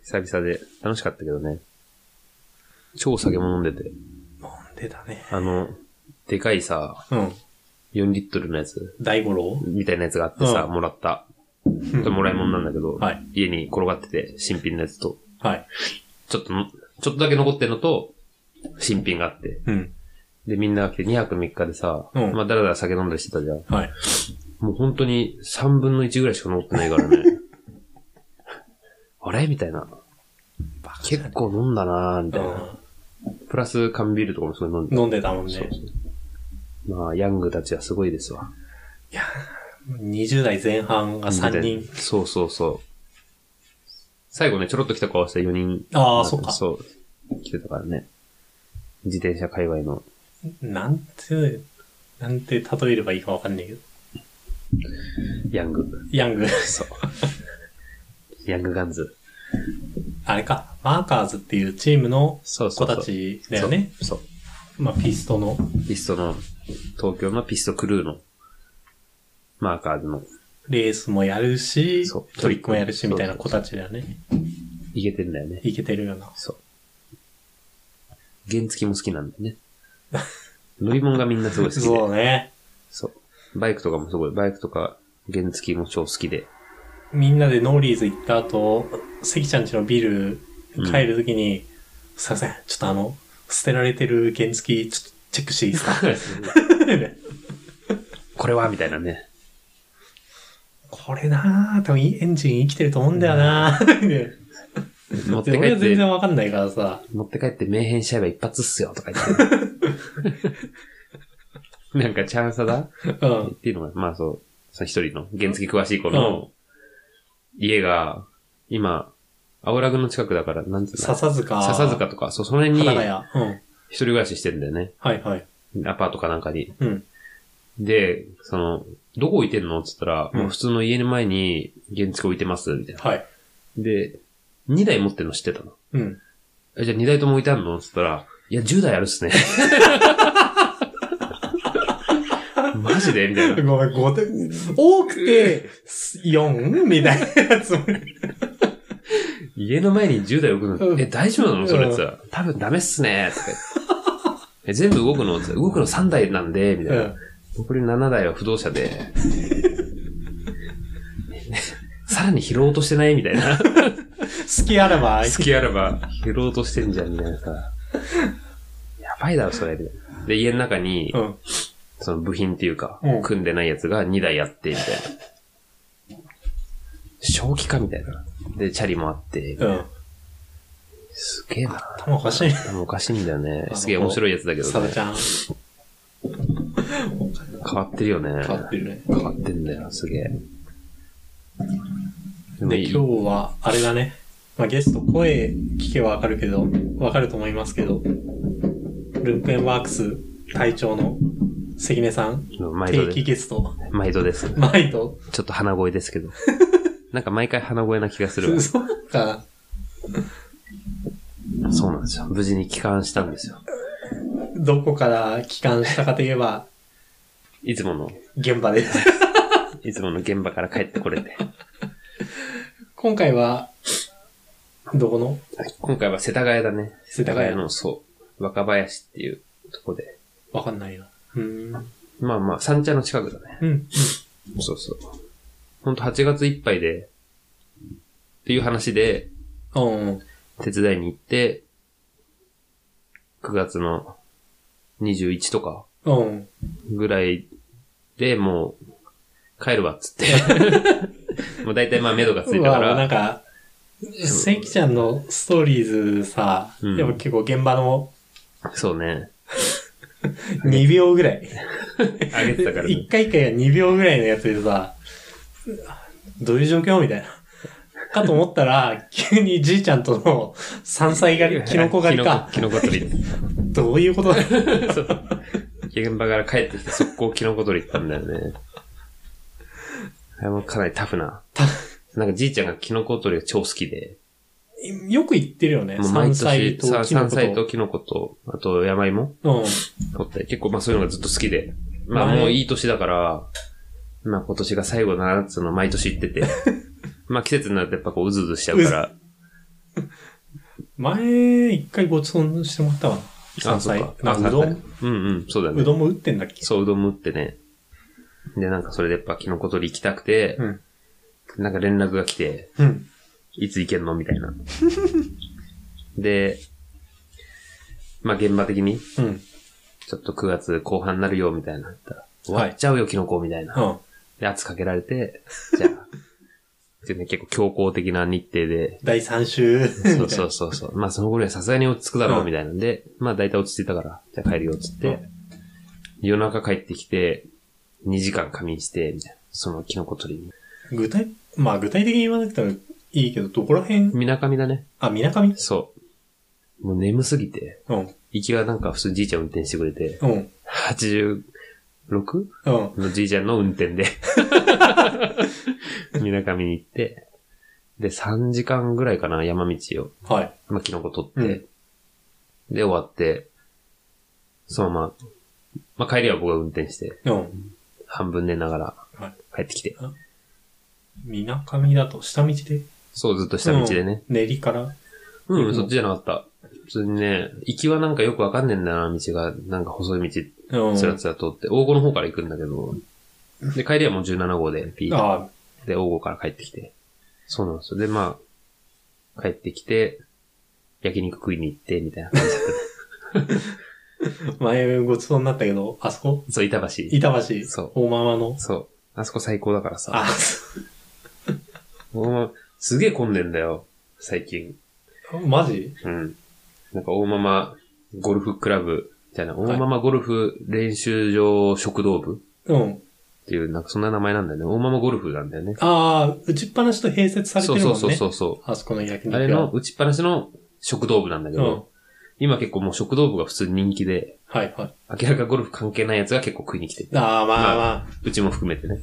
Speaker 2: 久々で、楽しかったけどね。超酒も飲んでて。
Speaker 1: 飲んでたね。
Speaker 2: あの、でかいさ、
Speaker 1: うん。
Speaker 2: 4リットルのやつ、
Speaker 1: 大五郎
Speaker 2: みたいなやつがあってさ、
Speaker 1: うん
Speaker 2: もらった。
Speaker 1: う
Speaker 2: これもらい物なんだけど、
Speaker 1: はい
Speaker 2: 家に転がってて、新品のやつと、
Speaker 1: はい。
Speaker 2: ちょっとの、ちょっとだけ残ってるのと、新品があって。
Speaker 1: うん。
Speaker 2: で、みんな来て2泊3日でさ、
Speaker 1: うん
Speaker 2: まあ、だらだら酒飲んだりしてたじゃん。
Speaker 1: はい。
Speaker 2: もう本当に3分の1ぐらいしか残ってないからね。 あれみたいな。
Speaker 1: バカじゃ
Speaker 2: 結
Speaker 1: ね
Speaker 2: 構飲んだなーみたいな。プラス缶ビールとかもすごい飲ん
Speaker 1: う
Speaker 2: で
Speaker 1: ん
Speaker 2: た。
Speaker 1: 飲んでたもん
Speaker 2: そう
Speaker 1: ね。
Speaker 2: そう。まあ、ヤングたちはすごいですわ。
Speaker 1: いやー、20代前半が3人。。
Speaker 2: そうそうそう。最後ね、ちょろっと来た顔した4人
Speaker 1: ああ、そっか。
Speaker 2: そう。来てたからね。自転車界隈の。
Speaker 1: なんて、なんて例えればいいかわかんないけど。
Speaker 2: ヤング。
Speaker 1: ヤング。
Speaker 2: そう。ヤングガンズ。
Speaker 1: あれか、マーカーズっていうチームの
Speaker 2: そうそ
Speaker 1: 子
Speaker 2: うそう。
Speaker 1: たちだよね。
Speaker 2: そう。そ
Speaker 1: まあ、ピストの
Speaker 2: う。ピストの、東京のピストクルーの、マーカーズの、
Speaker 1: レースもやるし
Speaker 2: そ、う
Speaker 1: トリックもやるし、みたいな子たちだよね。
Speaker 2: いけてんだよね。
Speaker 1: いけてるよな。
Speaker 2: そう。原付きも好きなんだよね。 乗り物がみんなすごい好きで。
Speaker 1: そうね。
Speaker 2: そう。バイクとかもすごい。バイクとか、原付きも超好 きで。
Speaker 1: みんなでノーリーズ行った後、関ちゃんちのビル
Speaker 2: うん
Speaker 1: 帰るときに、すいません、ちょっとあの、捨てられてる原付ちょっとチェックしていいですか
Speaker 2: これはみたいなね。
Speaker 1: これなぁ、多分いいエンジン生きてると思うんだよなぁ。で
Speaker 2: 持って帰
Speaker 1: 俺は
Speaker 2: っ
Speaker 1: 全
Speaker 2: て、
Speaker 1: 然わかんないからさ。
Speaker 2: 持って帰って名変しちゃえば一発っすよと か言って。なんかチャンサだ
Speaker 1: うん。
Speaker 2: っていうのが、まあそう、その一人の原付詳しい子の家が、今、青ラグの近くだから、なんつうの
Speaker 1: 笹塚。
Speaker 2: 笹塚とか、そう、その辺に
Speaker 1: 幡
Speaker 2: 一
Speaker 1: ヶ谷。うん。
Speaker 2: 人暮らししてんだよね。
Speaker 1: はいはい。
Speaker 2: アパートかなんかに。
Speaker 1: うん。
Speaker 2: で、その、どこ置いてんのって言ったら、
Speaker 1: うん
Speaker 2: もう普通の家の前に原付置いてます、みたいな。
Speaker 1: はい。
Speaker 2: で、2台持ってんの知ってたの。
Speaker 1: うん。
Speaker 2: え、じゃあ2台とも置いてあんのって言ったら、いや、10台あるっすね。 マジでみたいな。
Speaker 1: ごめん、5点。多くて、4? みたいなやつも。
Speaker 2: 家の前に10台置く
Speaker 1: う
Speaker 2: の、
Speaker 1: ん
Speaker 2: え、大丈夫なのそれ
Speaker 1: うん
Speaker 2: って言ったら、多分ダメっすね。とか言ってえ、全部動くのって言ったら動くの3台なんで、みた
Speaker 1: う
Speaker 2: い
Speaker 1: ん
Speaker 2: な。。残り7台は不動車で。 さらに拾おうとしてないみたいな。
Speaker 1: 好きあらば、
Speaker 2: 好きあれば、拾ろうとしてんじゃん、みたいなさ。やばいだろ、それ。で、家の中に
Speaker 1: う、ん。
Speaker 2: その部品っていうか
Speaker 1: うん、
Speaker 2: 組んでないやつが2台あって、みたいな。正気か、みたいな。で、チャリもあって、
Speaker 1: うん。
Speaker 2: すげえな。
Speaker 1: 頭おかしい。
Speaker 2: でもおかしいんだよね。すげえ面白いやつだけ
Speaker 1: サ
Speaker 2: ど
Speaker 1: ダ
Speaker 2: ね。
Speaker 1: ちゃん。
Speaker 2: 変わってるよね。
Speaker 1: 変わってるね。
Speaker 2: 変わってんだよ、すげえ。でも
Speaker 1: で、
Speaker 2: いい
Speaker 1: 今日は、あれだね。まあ、ゲスト、声聞けばわかるけど、わかると思いますけど、ルンペンワークス隊長の関根さん、
Speaker 2: 毎度
Speaker 1: 定期
Speaker 2: で
Speaker 1: ゲスト、
Speaker 2: 毎度です。
Speaker 1: 毎度。
Speaker 2: ちょっと鼻声ですけ ど。なんか毎回鼻声な気がするわ。
Speaker 1: そうか。
Speaker 2: そうなんですよ。無事に帰還したんですよ。
Speaker 1: どこから帰還したかといえば、
Speaker 2: いつもの、
Speaker 1: 現場です。
Speaker 2: いつもの現場から帰ってこれて。
Speaker 1: 今回は、どこの
Speaker 2: 今回は世田谷だね。
Speaker 1: 世田谷の
Speaker 2: の、そう。若林っていうとこで。
Speaker 1: わかんないな。うーん。
Speaker 2: まあまあ、三茶の近くだね。
Speaker 1: うん。
Speaker 2: そうそう。ほんと8月いっぱいで、っていう話で、
Speaker 1: うん。
Speaker 2: 手伝いに行って、9月の21とか
Speaker 1: うん。
Speaker 2: ぐらいでもう、帰るわっつ って。もう大体まあ、目処がついたか
Speaker 1: まあなん
Speaker 2: ら、
Speaker 1: か、せきちゃんのストーリーズさ、
Speaker 2: うん
Speaker 1: やっぱ結構現場の
Speaker 2: そうね。
Speaker 1: 2秒ぐらい。
Speaker 2: あげてたからね
Speaker 1: 一。回一回が2秒ぐらいのやつでさ、どういう状況みたいな。かと思ったら、急にじいちゃんとの山菜狩 り、キノコ狩りか。
Speaker 2: キノコキノコ取り。
Speaker 1: どういうことだ
Speaker 2: そう。現場から帰ってきて速攻キノコ取り行ったんだよね。あれもかなりタフな。
Speaker 1: タ
Speaker 2: なんかじいちゃんがキノコ取りが超好きで、
Speaker 1: よく言ってるよね。
Speaker 2: もう毎
Speaker 1: 山菜
Speaker 2: 年
Speaker 1: と
Speaker 2: さ
Speaker 1: キノ
Speaker 2: 山
Speaker 1: コ
Speaker 2: 菜と
Speaker 1: と。
Speaker 2: キノコと、あと山芋
Speaker 1: うん。
Speaker 2: 取って、結構まあそういうのがずっと好きで。まあ
Speaker 1: 前
Speaker 2: もういい年だから、まあ今年が最後だなっていうのを毎年言っ てて。まあ季節になるとやっぱこううずうずしちゃうから。
Speaker 1: 前、一回ごちそうしてもらったわ。山
Speaker 2: そ
Speaker 1: 菜。
Speaker 2: う
Speaker 1: な
Speaker 2: あ
Speaker 1: んかうど
Speaker 2: 山
Speaker 1: ん
Speaker 2: 菜うんうん、そうだね
Speaker 1: う。どんも打ってんだっけ
Speaker 2: そう、うどんも打ってね。で、なんかそれでやっぱキノコ取り行きたくて、
Speaker 1: うん
Speaker 2: なんか連絡が来て、
Speaker 1: うん。
Speaker 2: いつ行けんのみた いな。で、まあ現場的に、
Speaker 1: うん。
Speaker 2: ちょっと9月後半になるよ、みたいな。終わっちゃうよ、キノコ、みたいな。
Speaker 1: うん。
Speaker 2: で、圧かけられて、じゃあ、っていうね、結構強行的な日程 で、
Speaker 1: 第3週。
Speaker 2: そうそうそうそう。まあその頃にはさすがに落ち着くだろうみたいなんで、まあ大体落ち着いたから、じゃあ帰るよっつって、
Speaker 1: うん
Speaker 2: 夜中帰ってきて、2時間仮眠して、みたいな。そのキノコ取りに。
Speaker 1: 具体、まあ具体的に言わなくてもいいけど、どこら辺
Speaker 2: みなかみだね。
Speaker 1: あ、みなかみ
Speaker 2: そう。もう眠すぎて、
Speaker 1: うん。
Speaker 2: 行きはなんか普通にじいちゃん運転してくれて、
Speaker 1: うん。
Speaker 2: 86?
Speaker 1: うん。
Speaker 2: のじいちゃんの運転 で、みなかみに行って、で、3時間ぐらいかな、山道を。
Speaker 1: はい。
Speaker 2: まあ、キノコ取って、で、終わって、そのまま、まあ、帰りは僕が運転して、
Speaker 1: うん。
Speaker 2: 半分寝ながら
Speaker 1: はい
Speaker 2: 帰ってきて、
Speaker 1: みなかみだと下道で
Speaker 2: そう、ずっと下道でね。
Speaker 1: 練りから。
Speaker 2: うん、
Speaker 1: うん
Speaker 2: そっちじゃなかった。普通にね、行きはなんかよくわかんねえんだよな、道が、なんか細い道、
Speaker 1: うん。
Speaker 2: つらつら通って、大郷の方から行くんだけど、で、帰りはもう17号で、ピーッ
Speaker 1: あ
Speaker 2: で、大郷から帰ってきて。そうなんですよ。で、まあ、帰ってきて、焼肉食いに行って、みたいな感 じだっ
Speaker 1: あ、前ごちそうになったけど、あそこ
Speaker 2: た。そう、板橋。
Speaker 1: 板橋。
Speaker 2: そう
Speaker 1: 大ママの。
Speaker 2: そう。あそこ最高だからさ。
Speaker 1: あ、そ
Speaker 2: 大間すげえ混んでんだよ。最近。
Speaker 1: うマジ
Speaker 2: うん。なんか大ママゴルフクラブ、じゃない、大ママゴルフ練習場食堂部
Speaker 1: うん。
Speaker 2: っていう、なんかそんな名前なんだよね。大ママゴルフなんだよね。
Speaker 1: ああ、打ちっぱなしと併設されて
Speaker 2: そ
Speaker 1: る
Speaker 2: う
Speaker 1: もん
Speaker 2: そ
Speaker 1: ね。
Speaker 2: うそうそうそ
Speaker 1: あそこの焼
Speaker 2: う。
Speaker 1: 肉
Speaker 2: あれの
Speaker 1: 屋。
Speaker 2: 打ちっぱなしの食堂部なんだけど、今結構もう食堂部が普通に人気で、
Speaker 1: はいはい。
Speaker 2: 明らかゴルフ関係ないやつが結構食いに来てて、
Speaker 1: ああ、まあまあ。
Speaker 2: うちも含め てね。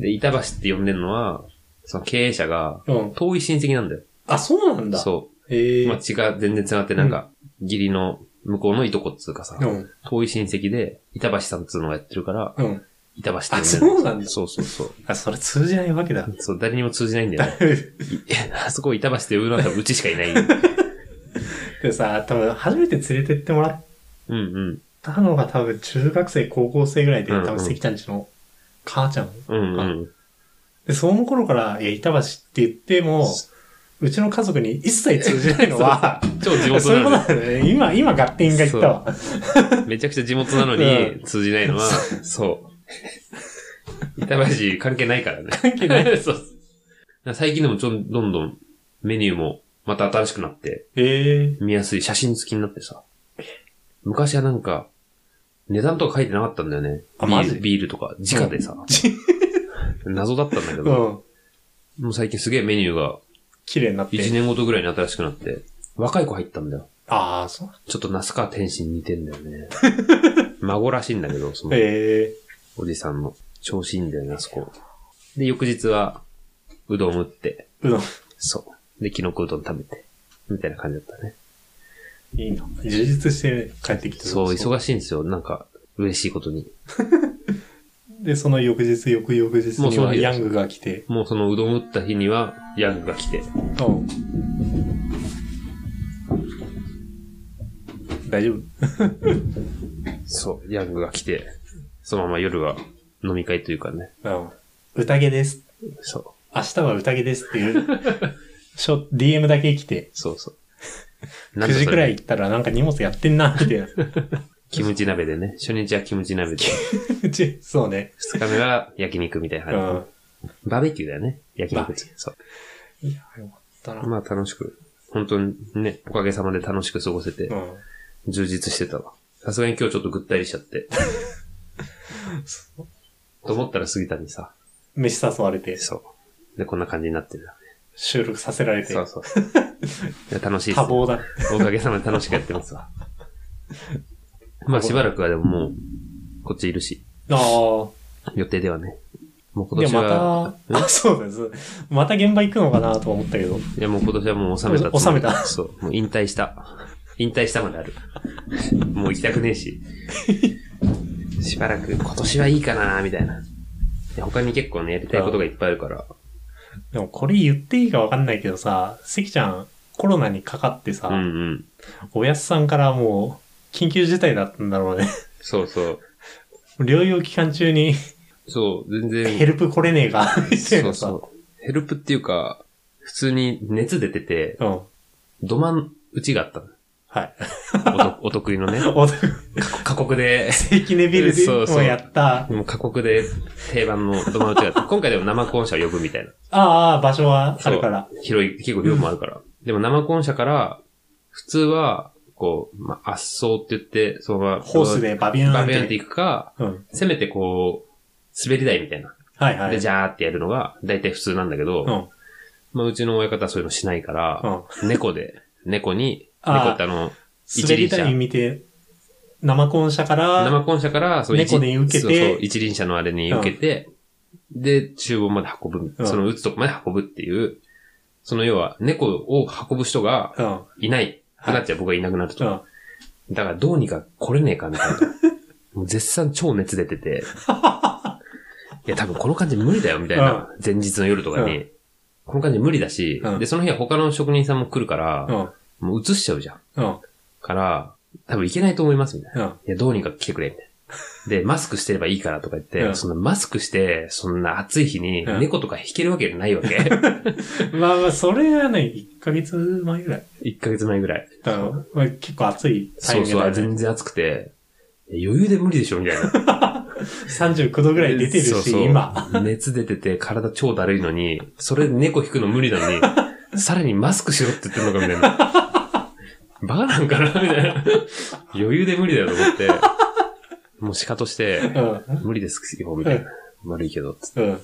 Speaker 2: で、板橋って呼んでるのは、その経営者が、
Speaker 1: うん。
Speaker 2: 遠い親戚なんだよ。
Speaker 1: あ、そうなんだ。う。
Speaker 2: そう。
Speaker 1: ええ
Speaker 2: まあ、血が全然繋がって、なんか、義理の向こうのいとこっつうかさ、
Speaker 1: うん。
Speaker 2: 遠い親戚で、板橋さんっつうのがやってるから、
Speaker 1: うん。
Speaker 2: 板橋って
Speaker 1: あ、
Speaker 2: 呼んで
Speaker 1: そ
Speaker 2: る
Speaker 1: うなんだ。
Speaker 2: そうそうそう。
Speaker 1: あ、それ通じないわけだ。
Speaker 2: そう、誰にも通じないんだよね。
Speaker 1: だいぶ
Speaker 2: あそこ板橋って呼ぶのは多分うちしかいない。
Speaker 1: でさ、多分初めて連れてってもらっ
Speaker 2: うんうん。
Speaker 1: たのが多分中学生、高校生ぐらいで、
Speaker 2: うんうん
Speaker 1: 多分関ちゃんちの母ちゃん。
Speaker 2: うんうん。
Speaker 1: で、その頃から、いや、板橋って言っても、うちの家族に一切通じないのは、
Speaker 2: 超地
Speaker 1: そういうこ
Speaker 2: 元な
Speaker 1: と
Speaker 2: の
Speaker 1: なんだね。今、今、ガッテンが言ったわ。
Speaker 2: に、めちゃくちゃ地元なのに通じないのは、そう。板橋関係ないからね。関係ない。 そう。だから最近でもちょんどんどんメニューもまた新しくなって、
Speaker 1: ええ
Speaker 2: 見やすい写真付きになってさ。昔はなんか、値段とか書いてなかったんだよね。
Speaker 1: あ
Speaker 2: ビ
Speaker 1: マ
Speaker 2: ー
Speaker 1: ジ
Speaker 2: ルビールとか、直でさ。 謎だったんだけ
Speaker 1: う
Speaker 2: ど、
Speaker 1: ん。
Speaker 2: もう最近すげえメニューが
Speaker 1: 綺麗になっ
Speaker 2: 1
Speaker 1: て。
Speaker 2: 年ごとぐらいに新しくなって、若い子入ったんだよ。
Speaker 1: ああ、そう。
Speaker 2: ちょっと那須川天心似てんだよ ね。孫らしいんだけど、その
Speaker 1: え
Speaker 2: おじさんの。調子いいんだよね、あそこ。で、翌日は、うどん打って、
Speaker 1: えうどん。
Speaker 2: そう。で、キノコうどん食べて、みたいな感じだったね。
Speaker 1: いいな。充実して帰ってきてる
Speaker 2: そう、忙しいんですよ。なんか、嬉しいことに。
Speaker 1: で、その翌日、翌々日
Speaker 2: もう
Speaker 1: に
Speaker 2: その
Speaker 1: は
Speaker 2: 日
Speaker 1: ヤングが来て、
Speaker 2: もうそのうどん打った日には、ヤングが来て。
Speaker 1: 大丈夫
Speaker 2: そう、ヤングが来て、そのまま夜は飲み会というかね。
Speaker 1: うん。宴です。
Speaker 2: そう。
Speaker 1: 明日は宴ですって いう、ショ DM だけ来て、
Speaker 2: そう そう。
Speaker 1: 9時くらい
Speaker 2: い。
Speaker 1: 行ったらなんか荷物やってんな、みたいな。
Speaker 2: キムチ鍋でね。初日はキムチ 鍋で。
Speaker 1: うち、そうね。
Speaker 2: 二日目は焼肉みたいな
Speaker 1: うん。
Speaker 2: 感
Speaker 1: よ
Speaker 2: じ。バーベキューだよね。焼肉って。そ
Speaker 1: かったな。
Speaker 2: う。まあ楽しく。本当にね、おかげさまで楽しく過ごせて、
Speaker 1: う
Speaker 2: 充実してたわ。さすがに今日ちょっとぐったりしちゃって。
Speaker 1: ん。そ
Speaker 2: と思ったら過ぎたにさ。
Speaker 1: う飯誘われて、
Speaker 2: そう。で、こんな感じになってる。
Speaker 1: 収録させられて、
Speaker 2: そう
Speaker 1: 多
Speaker 2: そう。いや楽しいっすね
Speaker 1: 忙だ。
Speaker 2: おかげさまで楽しくやってますわ。まあしばらくはでももう、こっちいるし。
Speaker 1: ああ。
Speaker 2: 予定ではね。もう今
Speaker 1: で
Speaker 2: 年
Speaker 1: も
Speaker 2: は、
Speaker 1: また、あ、そうです。また現場行くのかなと思ったけど。
Speaker 2: いや、もう今年はもう収めたつもり。
Speaker 1: 収めた
Speaker 2: そう。もう引退した。引退したまである。 もう行きたくねえし。しばらく今年はいいかなみたいな。で他に結構ね、やりたいことがいっぱいあるから。
Speaker 1: でもこれ言っていいかわかんないけどさ、関ちゃんコロナにかかってさ、
Speaker 2: うんうん。
Speaker 1: おやすさんからもう緊急事態だったんだろうね。
Speaker 2: そうそう。
Speaker 1: 療養期間中に
Speaker 2: そう、全
Speaker 1: ヘ
Speaker 2: 然。
Speaker 1: ルプ来れねえか、みたい
Speaker 2: そ
Speaker 1: な
Speaker 2: う
Speaker 1: さ。う
Speaker 2: そう。ヘルプっていうか、普通に熱出てて、
Speaker 1: ん。
Speaker 2: どまんうちがあったの
Speaker 1: はい。
Speaker 2: おとお得意のね。
Speaker 1: お、セ
Speaker 2: 過酷で、
Speaker 1: キネビルで
Speaker 2: そうそう
Speaker 1: もやった。
Speaker 2: もう過酷で定番のどまんうちがあった。今回でも生コン者を呼ぶみたいな。
Speaker 1: ああ、場所はあるから。
Speaker 2: 広い、結構量もあるから。でも生コン社から、普通は、こう、まあ、圧送って言って、そのまま、
Speaker 1: ホースでバビューン
Speaker 2: バ
Speaker 1: っ
Speaker 2: ビ
Speaker 1: て。
Speaker 2: ュンっていくか、
Speaker 1: うん。
Speaker 2: せめてこう、滑り台みたいな。
Speaker 1: はいはい。
Speaker 2: で、ジャーってやるのが、大体普通なんだけど、
Speaker 1: うん。うん。
Speaker 2: まあ、うちの親方はそういうのしないから、
Speaker 1: 滑
Speaker 2: 猫で、猫に、
Speaker 1: あー
Speaker 2: 猫ってあの、
Speaker 1: り台見て、生コンしたから、
Speaker 2: 生コン社から、そう
Speaker 1: 猫に受けて
Speaker 2: そうそう一輪車のあれに受けて、で、厨房まで運ぶ、
Speaker 1: うん
Speaker 2: その打つとこまで運ぶっていう、その要は、猫を運ぶ人が
Speaker 1: うん。うん。
Speaker 2: いない、くなっちゃう、僕がいなくなると。だからどうにか来れねえかみ たいな。もう絶賛超熱出てて。いや、多分この感じ無理だよみたいな。前日の夜とかに。
Speaker 1: う
Speaker 2: この感じ無理だし、
Speaker 1: うん
Speaker 2: で、その日は他の職人さんも来るから、
Speaker 1: うん。
Speaker 2: もう移しちゃうじゃん。
Speaker 1: うん。
Speaker 2: から、多分いけないと思いますみたいな。
Speaker 1: うん。
Speaker 2: いや、どうにか来てくれみたいな。で、マスクしてればいいからとか言って、
Speaker 1: うん
Speaker 2: そんなマスクして、そんな暑い日に
Speaker 1: うん
Speaker 2: 猫とか引けるわけないわけ。
Speaker 1: まあまあ、それはね、1ヶ月前ぐらい。
Speaker 2: 1ヶ月前ぐらい。
Speaker 1: だからまあ、結構暑いタイ
Speaker 2: そう
Speaker 1: ミング
Speaker 2: そ
Speaker 1: だ
Speaker 2: う、
Speaker 1: よね。
Speaker 2: 全然暑くて、いや余裕で無理でしょみたいな。
Speaker 1: 39度ぐらい出てるし、
Speaker 2: そうそう
Speaker 1: 今。。
Speaker 2: 熱出てて体超だるいのに、それで猫引くの無理な のに、さらにマスクしろって言ってんのかみたいな。バカなんかなみたいな。余裕で無理だよと思って、もう鹿として、
Speaker 1: うん。
Speaker 2: 無理ですよ、みたいな。悪いけど、つって
Speaker 1: うん。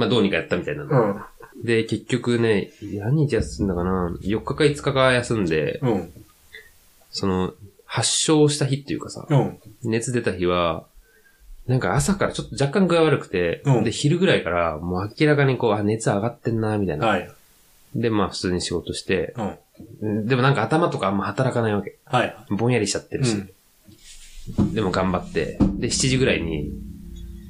Speaker 2: まあどうにかやったみたいな
Speaker 1: う
Speaker 2: の。
Speaker 1: ん。
Speaker 2: で、結局ね、何日休んだかな ?4 日か5日か休んで、
Speaker 1: うん。
Speaker 2: その、発症した日っていうかさ、
Speaker 1: うん。
Speaker 2: 熱出た日は、なんか朝からちょっと若干具合悪くて、
Speaker 1: うん
Speaker 2: で、昼ぐらいからもう明らかにこう、あ、熱上がってんな、みたいな。
Speaker 1: はい。
Speaker 2: で、まあ普通に仕事して、
Speaker 1: うん。
Speaker 2: でもなんか頭とかあんま働かないわけ。
Speaker 1: はい。
Speaker 2: ぼんやりしちゃってるし。でも頑張って、で、7時ぐらいに、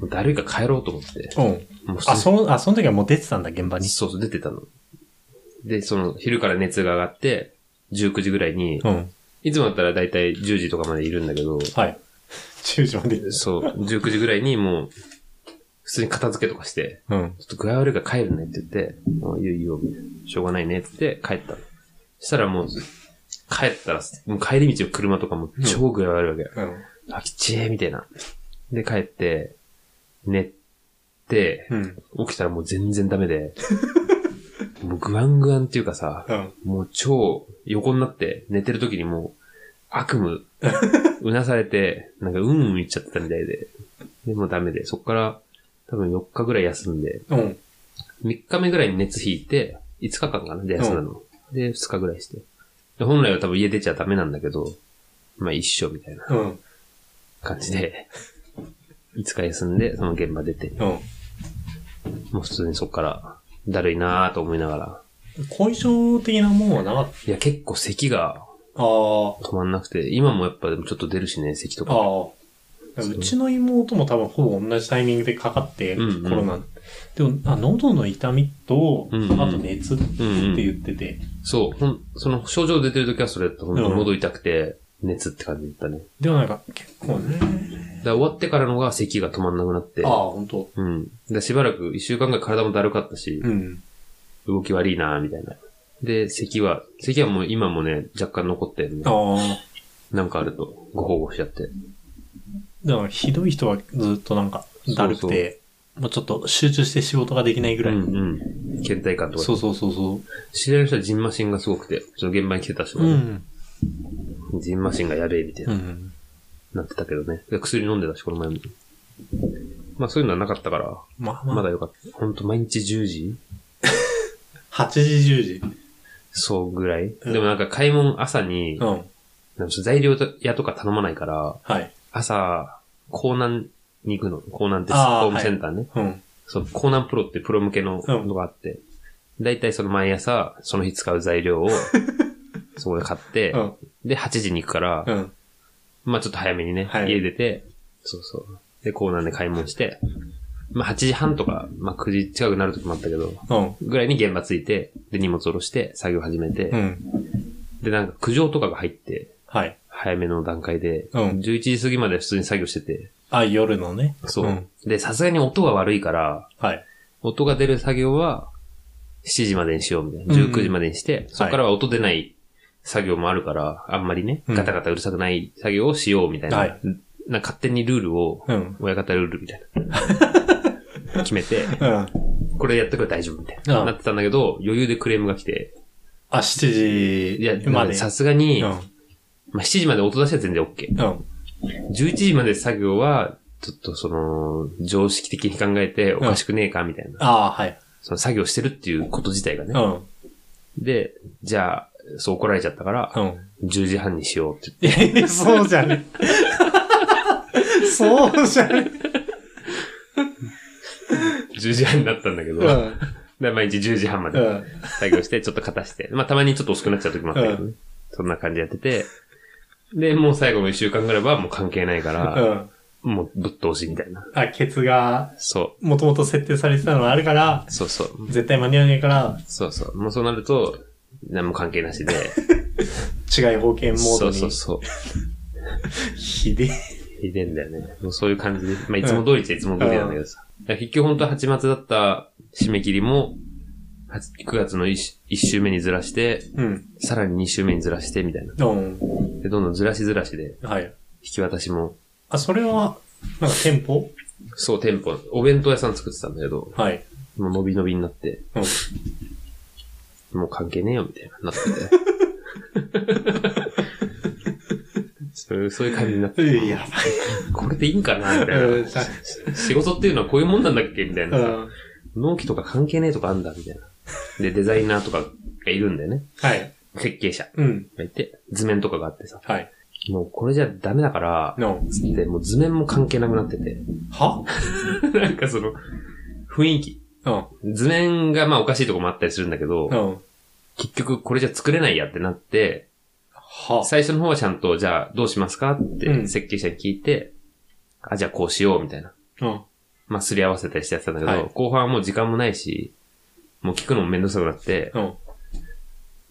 Speaker 2: もうだるいから帰ろうと思って、
Speaker 1: うん。うん。
Speaker 2: もう普通
Speaker 1: あ、
Speaker 2: に
Speaker 1: その、あ、その時はもう出てたんだ、現場に。
Speaker 2: そうそう、出てたの。で、その、昼から熱が上がって、19時ぐらいに、
Speaker 1: うん。
Speaker 2: いつもだったらだいたい10時とかまでいるんだけど、
Speaker 1: はい。 中時まで。
Speaker 2: そう、19時ぐらいにもう、普通に片付けとかして、
Speaker 1: うん。
Speaker 2: ちょっと具合悪いから帰るねって言って、あいいよいいよ、みたいな。しょうがないねって言って帰ったの。そしたらもう、帰ったら、もう帰り道の車とかも超具合悪いわけ。
Speaker 1: うん。
Speaker 2: あ、きちえ、みたいな。で、帰って、寝て、
Speaker 1: うん。
Speaker 2: 起きたらもう全然ダメで、もうグワングワンっていうかさ、
Speaker 1: うん。
Speaker 2: もう超横になって、寝てる時にもう、悪夢、うなされて、なんかうんうん言っちゃってたみたいで、でもうダメで、そっから多分4日ぐらい休んで、
Speaker 1: うん。
Speaker 2: 3日目ぐらいに熱引いて、5日間かなで、休んだの。で、2日ぐらいして。で、本来は多分家出ちゃダメなんだけど、まあ一緒みたいな
Speaker 1: うん。
Speaker 2: 感じで、5日休んで、その現場出て、
Speaker 1: うん。
Speaker 2: もう普通にそっから、だるいなぁと思いながら。
Speaker 1: 後遺症的なもんはなかっ
Speaker 2: いや、結構咳が、
Speaker 1: ああ、
Speaker 2: 止まんなくて、今もやっぱでもちょっと出るしね、咳とか。
Speaker 1: ああ。うちの妹も多分ほぼ同じタイミングでかかって、コ
Speaker 2: うんうん
Speaker 1: ロナ。でもあ、喉の痛みと、
Speaker 2: うんうん
Speaker 1: あと熱って
Speaker 2: うんうん。
Speaker 1: 言ってて、
Speaker 2: そう、ほん、その症状出てる時はそれだった。本当
Speaker 1: うん
Speaker 2: 喉痛くて、熱って感じだったね。
Speaker 1: でもなんか結構ね、
Speaker 2: だから終わってからのが咳が止まんなくなって。
Speaker 1: ああ、本当
Speaker 2: うん。で、しばらく、一週間ぐらい体もだるかったし、
Speaker 1: うん。
Speaker 2: 動き悪いなぁみたいな。で、咳は、咳はもう今もね、若干残ってるね
Speaker 1: あ。あ。
Speaker 2: なんかあると、ご保護しちゃって。
Speaker 1: だからひどい人はずっとなんかだるくて、もうちょっと集中して仕事ができないぐ
Speaker 2: う
Speaker 1: らい。
Speaker 2: んうん。倦怠感とか。
Speaker 1: そうそうそうそ
Speaker 2: 知り合いの人はジンマシンがすごくて、その現場に来てた人
Speaker 1: う。
Speaker 2: が
Speaker 1: う
Speaker 2: ね、
Speaker 1: ん。
Speaker 2: ジンマシンがやべえみたいうな、
Speaker 1: ん。
Speaker 2: なってたけどね。で薬飲んでたし、この前も。まあそういうのはなかったから、
Speaker 1: まあまあ、
Speaker 2: まだよかった。ほんと毎日10時
Speaker 1: 8時10時。
Speaker 2: そうぐらい、
Speaker 1: うん
Speaker 2: でもなんか買い物朝に、
Speaker 1: うん。
Speaker 2: なんか材料屋とか頼まないから、
Speaker 1: はい。
Speaker 2: 朝、江南に行くの。江南って
Speaker 1: あー
Speaker 2: ホームセンターね。
Speaker 1: うん。
Speaker 2: そう、江南プロってプロ向けの
Speaker 1: うん
Speaker 2: のがあって、だいたいその毎朝、その日使う 材料を、そこで買って、
Speaker 1: うん。
Speaker 2: で、8時に行くから、
Speaker 1: うん。
Speaker 2: まあちょっと早めにね、
Speaker 1: はい
Speaker 2: 家出て、そうそう。で、江南で買い物して、まあ8時半とか、まあ9時近くなる時もあったけど、
Speaker 1: うん。
Speaker 2: ぐらいに現場着いて、で、荷物下ろして、作業始めて、
Speaker 1: うん。
Speaker 2: で、なんか苦情とかが入って、
Speaker 1: はい。
Speaker 2: 早めの段階で、
Speaker 1: うん
Speaker 2: 11時過ぎまで普通に作業してて、
Speaker 1: あ、夜のね。
Speaker 2: そう。
Speaker 1: うん
Speaker 2: で、さすがに音が悪いから、
Speaker 1: はい。
Speaker 2: 音が出る作業は、7時までにしようみたいな。
Speaker 1: うん
Speaker 2: 19時までにして、そこからは音出ない作業もあるから、あんまりね、
Speaker 1: うん
Speaker 2: ガタガタうるさくない作業をしようみたいな。
Speaker 1: はい
Speaker 2: なんか勝手にルールを、
Speaker 1: うん。
Speaker 2: 親方ルールみたい な。決めて、
Speaker 1: うん。
Speaker 2: これやってくれば大丈夫みたい
Speaker 1: あ
Speaker 2: な。なってたんだけど、余裕でクレームが来て、
Speaker 1: あ、7
Speaker 2: いや、
Speaker 1: 時まで。
Speaker 2: さすがに、
Speaker 1: うん。
Speaker 2: まあ、7時まで音出しは全然 OK。
Speaker 1: うん。
Speaker 2: 11時まで作業は、ちょっとその、常識的に考えておかしくねえかみたいな。
Speaker 1: ああ、はい。
Speaker 2: その作業してるっていうこと自体が
Speaker 1: う
Speaker 2: ね。
Speaker 1: ん。
Speaker 2: で、じゃあ、そう怒られちゃったから、
Speaker 1: うん。
Speaker 2: 10時半にしようって
Speaker 1: いや いやそうじゃね。そうじゃね。
Speaker 2: 言って。10時半になったんだけど、
Speaker 1: う
Speaker 2: だか
Speaker 1: ん。
Speaker 2: ら毎日10時半ま
Speaker 1: う
Speaker 2: で
Speaker 1: ん。
Speaker 2: 作業して、ちょっと勝たして、まあたまにちょっと遅くなっちゃう時もあったけどね。そんな感じやってて、で、もう最後の1週間ぐらいはもう関係ないから、
Speaker 1: うん。
Speaker 2: もうぶっ通しみたいな。
Speaker 1: あ、ケツが、
Speaker 2: そ
Speaker 1: もともと設定されてたのがあるから、
Speaker 2: う、そうそう、
Speaker 1: 絶対間に合わないから、
Speaker 2: そうそう。もうそうなると、何も関係なしで、
Speaker 1: 違い方形モー
Speaker 2: そ
Speaker 1: ド
Speaker 2: うそう
Speaker 1: に。
Speaker 2: そう。
Speaker 1: ひでえ。
Speaker 2: 入れんだよね。もうそういう感じで。まあ、いつも通りっちゃいつも通りなんだけどさ。だから結局本当は8月だった締め切りも、8 9月の 1, 週目にずらして、
Speaker 1: うん。
Speaker 2: さらに2週目にずらして、みたいな。
Speaker 1: うん。
Speaker 2: で、どんどんずらしずらしで、
Speaker 1: はい。
Speaker 2: 引き渡しも、
Speaker 1: あ、それは、なんか店舗
Speaker 2: そう、店舗、お弁当屋さん作ってたんだけど、
Speaker 1: はい。
Speaker 2: もう伸び伸びになって、
Speaker 1: うん。
Speaker 2: もう関係ねえよ、みたいな、なっ てて。そういう、そういう感じになって、
Speaker 1: いや、
Speaker 2: これでいいんかな、みたい
Speaker 1: うん
Speaker 2: な。仕事っていうのはこういうもんなんだっけみたいな
Speaker 1: う
Speaker 2: さ。
Speaker 1: ん。
Speaker 2: 納期とか関係ねえとかあんだ、みたいな。で、デザイナーとかがいるんだよね。
Speaker 1: はい。
Speaker 2: 設計者
Speaker 1: うん。
Speaker 2: がいて、図面とかがあってさ。
Speaker 1: はい。
Speaker 2: もうこれじゃダメだから、
Speaker 1: の、
Speaker 2: つって、もう図面も関係なくなってて。
Speaker 1: は
Speaker 2: なんかその、雰囲気。
Speaker 1: うん。
Speaker 2: 図面がまあおかしいとこもあったりするんだけど
Speaker 1: う、ん。
Speaker 2: 結局これじゃ作れないやってなって、
Speaker 1: は。
Speaker 2: 最初の方はちゃんと、じゃあどうしますかっ
Speaker 1: う
Speaker 2: て
Speaker 1: ん
Speaker 2: 設計者に聞いて、あ、じゃあこうしようみたいな。
Speaker 1: うん。
Speaker 2: まあすり合わせたりしてやってたんだけど、
Speaker 1: はい
Speaker 2: 後半はもう時間もないし、もう聞くのもめんどくさくなって、
Speaker 1: うん。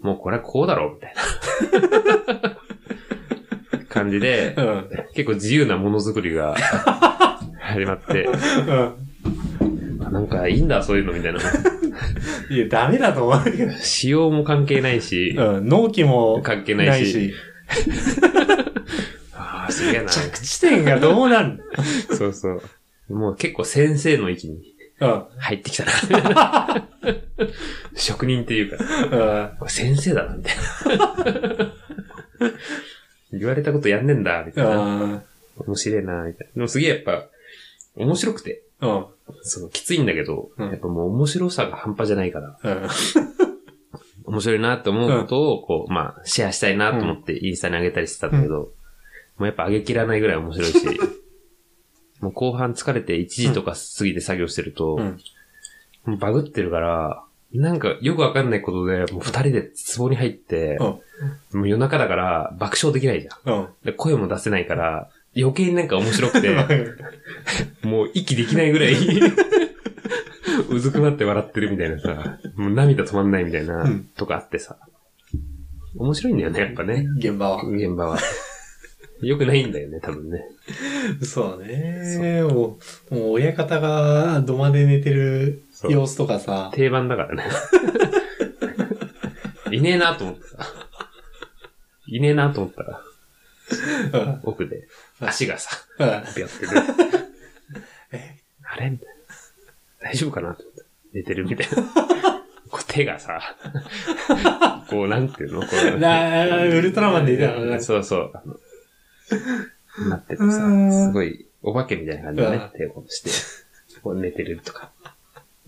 Speaker 2: もうこれはこうだろうみたいな 感じで
Speaker 1: う、ん。
Speaker 2: 結構自由なものづくりが始まって、
Speaker 1: うん。
Speaker 2: あなんかいいんだ、そういうのみたいな。
Speaker 1: いや、ダメだと思うけど。
Speaker 2: 仕様も関係ないし、
Speaker 1: うん。納期も
Speaker 2: 関係な
Speaker 1: ないい
Speaker 2: し、
Speaker 1: し、
Speaker 2: ああ、すげえな。
Speaker 1: 着地点がどうなる
Speaker 2: そうそう。もう結構先生の域に
Speaker 1: うん。
Speaker 2: 入ってきたな。 職人っていうか、
Speaker 1: うん。
Speaker 2: これ先生だな、みたいな。言われたことやんねんだ、みたいな。
Speaker 1: うん。
Speaker 2: 面白いな、みたいな。でもすげえやっぱ、面白くて。
Speaker 1: うん。
Speaker 2: その、きついんだけど、
Speaker 1: うん
Speaker 2: やっぱもう面白さが半端じゃないか
Speaker 1: う
Speaker 2: ら、
Speaker 1: ん。
Speaker 2: 面白いなって思うことを、こう、まあ、シェアしたいなと思ってインスタに上げたりしてたんだけど、もうやっぱ上げきらないぐらい面白 いし、もう後半疲れて1時とか過ぎて作業してると、
Speaker 1: うん。
Speaker 2: もうバグってるから、なんかよくわかんないことで、もう二人で壺に入って、
Speaker 1: うん
Speaker 2: もう夜中だから爆笑できないじゃん。
Speaker 1: うん。
Speaker 2: で声も出せないから、余計になんか面白 くて、もう息できないぐらい、うずくまって笑ってるみたいなさ、もう涙止まんないみたいな
Speaker 1: うん、
Speaker 2: とかあってさ。面白いんだよね、やっぱね。
Speaker 1: 現場は。
Speaker 2: 現場は。よくないんだよね、多分ね。
Speaker 1: そうね。もう、もう親方が土間で寝てる
Speaker 2: そう
Speaker 1: 様子とかさ、
Speaker 2: 定番だか らね。いねえなと思ってさ。いねえなと思ったら、
Speaker 1: うん
Speaker 2: 奥で、足がさ、
Speaker 1: うん
Speaker 2: ピャって出て
Speaker 1: え
Speaker 2: あれみたいな。大丈夫かなと思って。寝てるみたいな。こう手がさ、こうなんていうのこ う
Speaker 1: な ウルトラマンでいたよ ね
Speaker 2: そうそうあの。なってて
Speaker 1: う
Speaker 2: さ、
Speaker 1: ん
Speaker 2: すごい、お化けみたいな感じで
Speaker 1: う
Speaker 2: ね
Speaker 1: ん、
Speaker 2: 手をこうして、こう寝てるとか。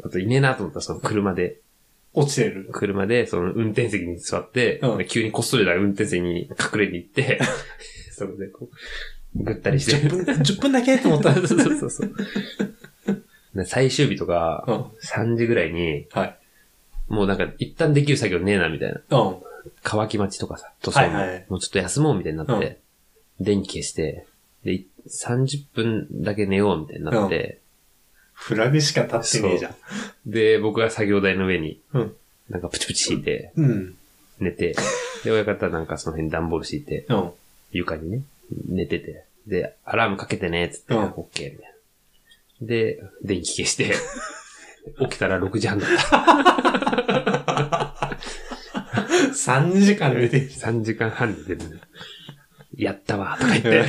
Speaker 2: あと、いねえなと思ったら、その車で、
Speaker 1: 落ちてる。
Speaker 2: 車で、その運転席に座って、
Speaker 1: うん
Speaker 2: 急にこっそりだから運転席に隠れに 行って、そこでこう、ぐったりして
Speaker 1: 10分、10分だ けと思った。
Speaker 2: そうそうそうそう。で最終日とか、
Speaker 1: うん。
Speaker 2: 3時ぐらいに、
Speaker 1: はい。
Speaker 2: もうなんか一旦できる作業ねえな、みたいな。
Speaker 1: うん。
Speaker 2: 乾き待ちとかさ、塗装も、
Speaker 1: はいはい
Speaker 2: もうちょっと休もうみたいになって、電気消して、で、い30分だけ寝ようみたいになって、
Speaker 1: フラグしか立ってねえじゃん。
Speaker 2: で、僕が作業台の上に、
Speaker 1: うん
Speaker 2: なんかプチプチ敷いて、
Speaker 1: うん。
Speaker 2: 寝て、で、親方なんかその辺段ボール敷いて、
Speaker 1: うん。
Speaker 2: 床にね、寝てて。で、アラームかけてね、つって、
Speaker 1: うん
Speaker 2: オッケーみたいな。で、電 気消して、起きたら6時半だった。
Speaker 1: 3時間寝てる。
Speaker 2: 3時間半で出てる。やったわ、とか言って。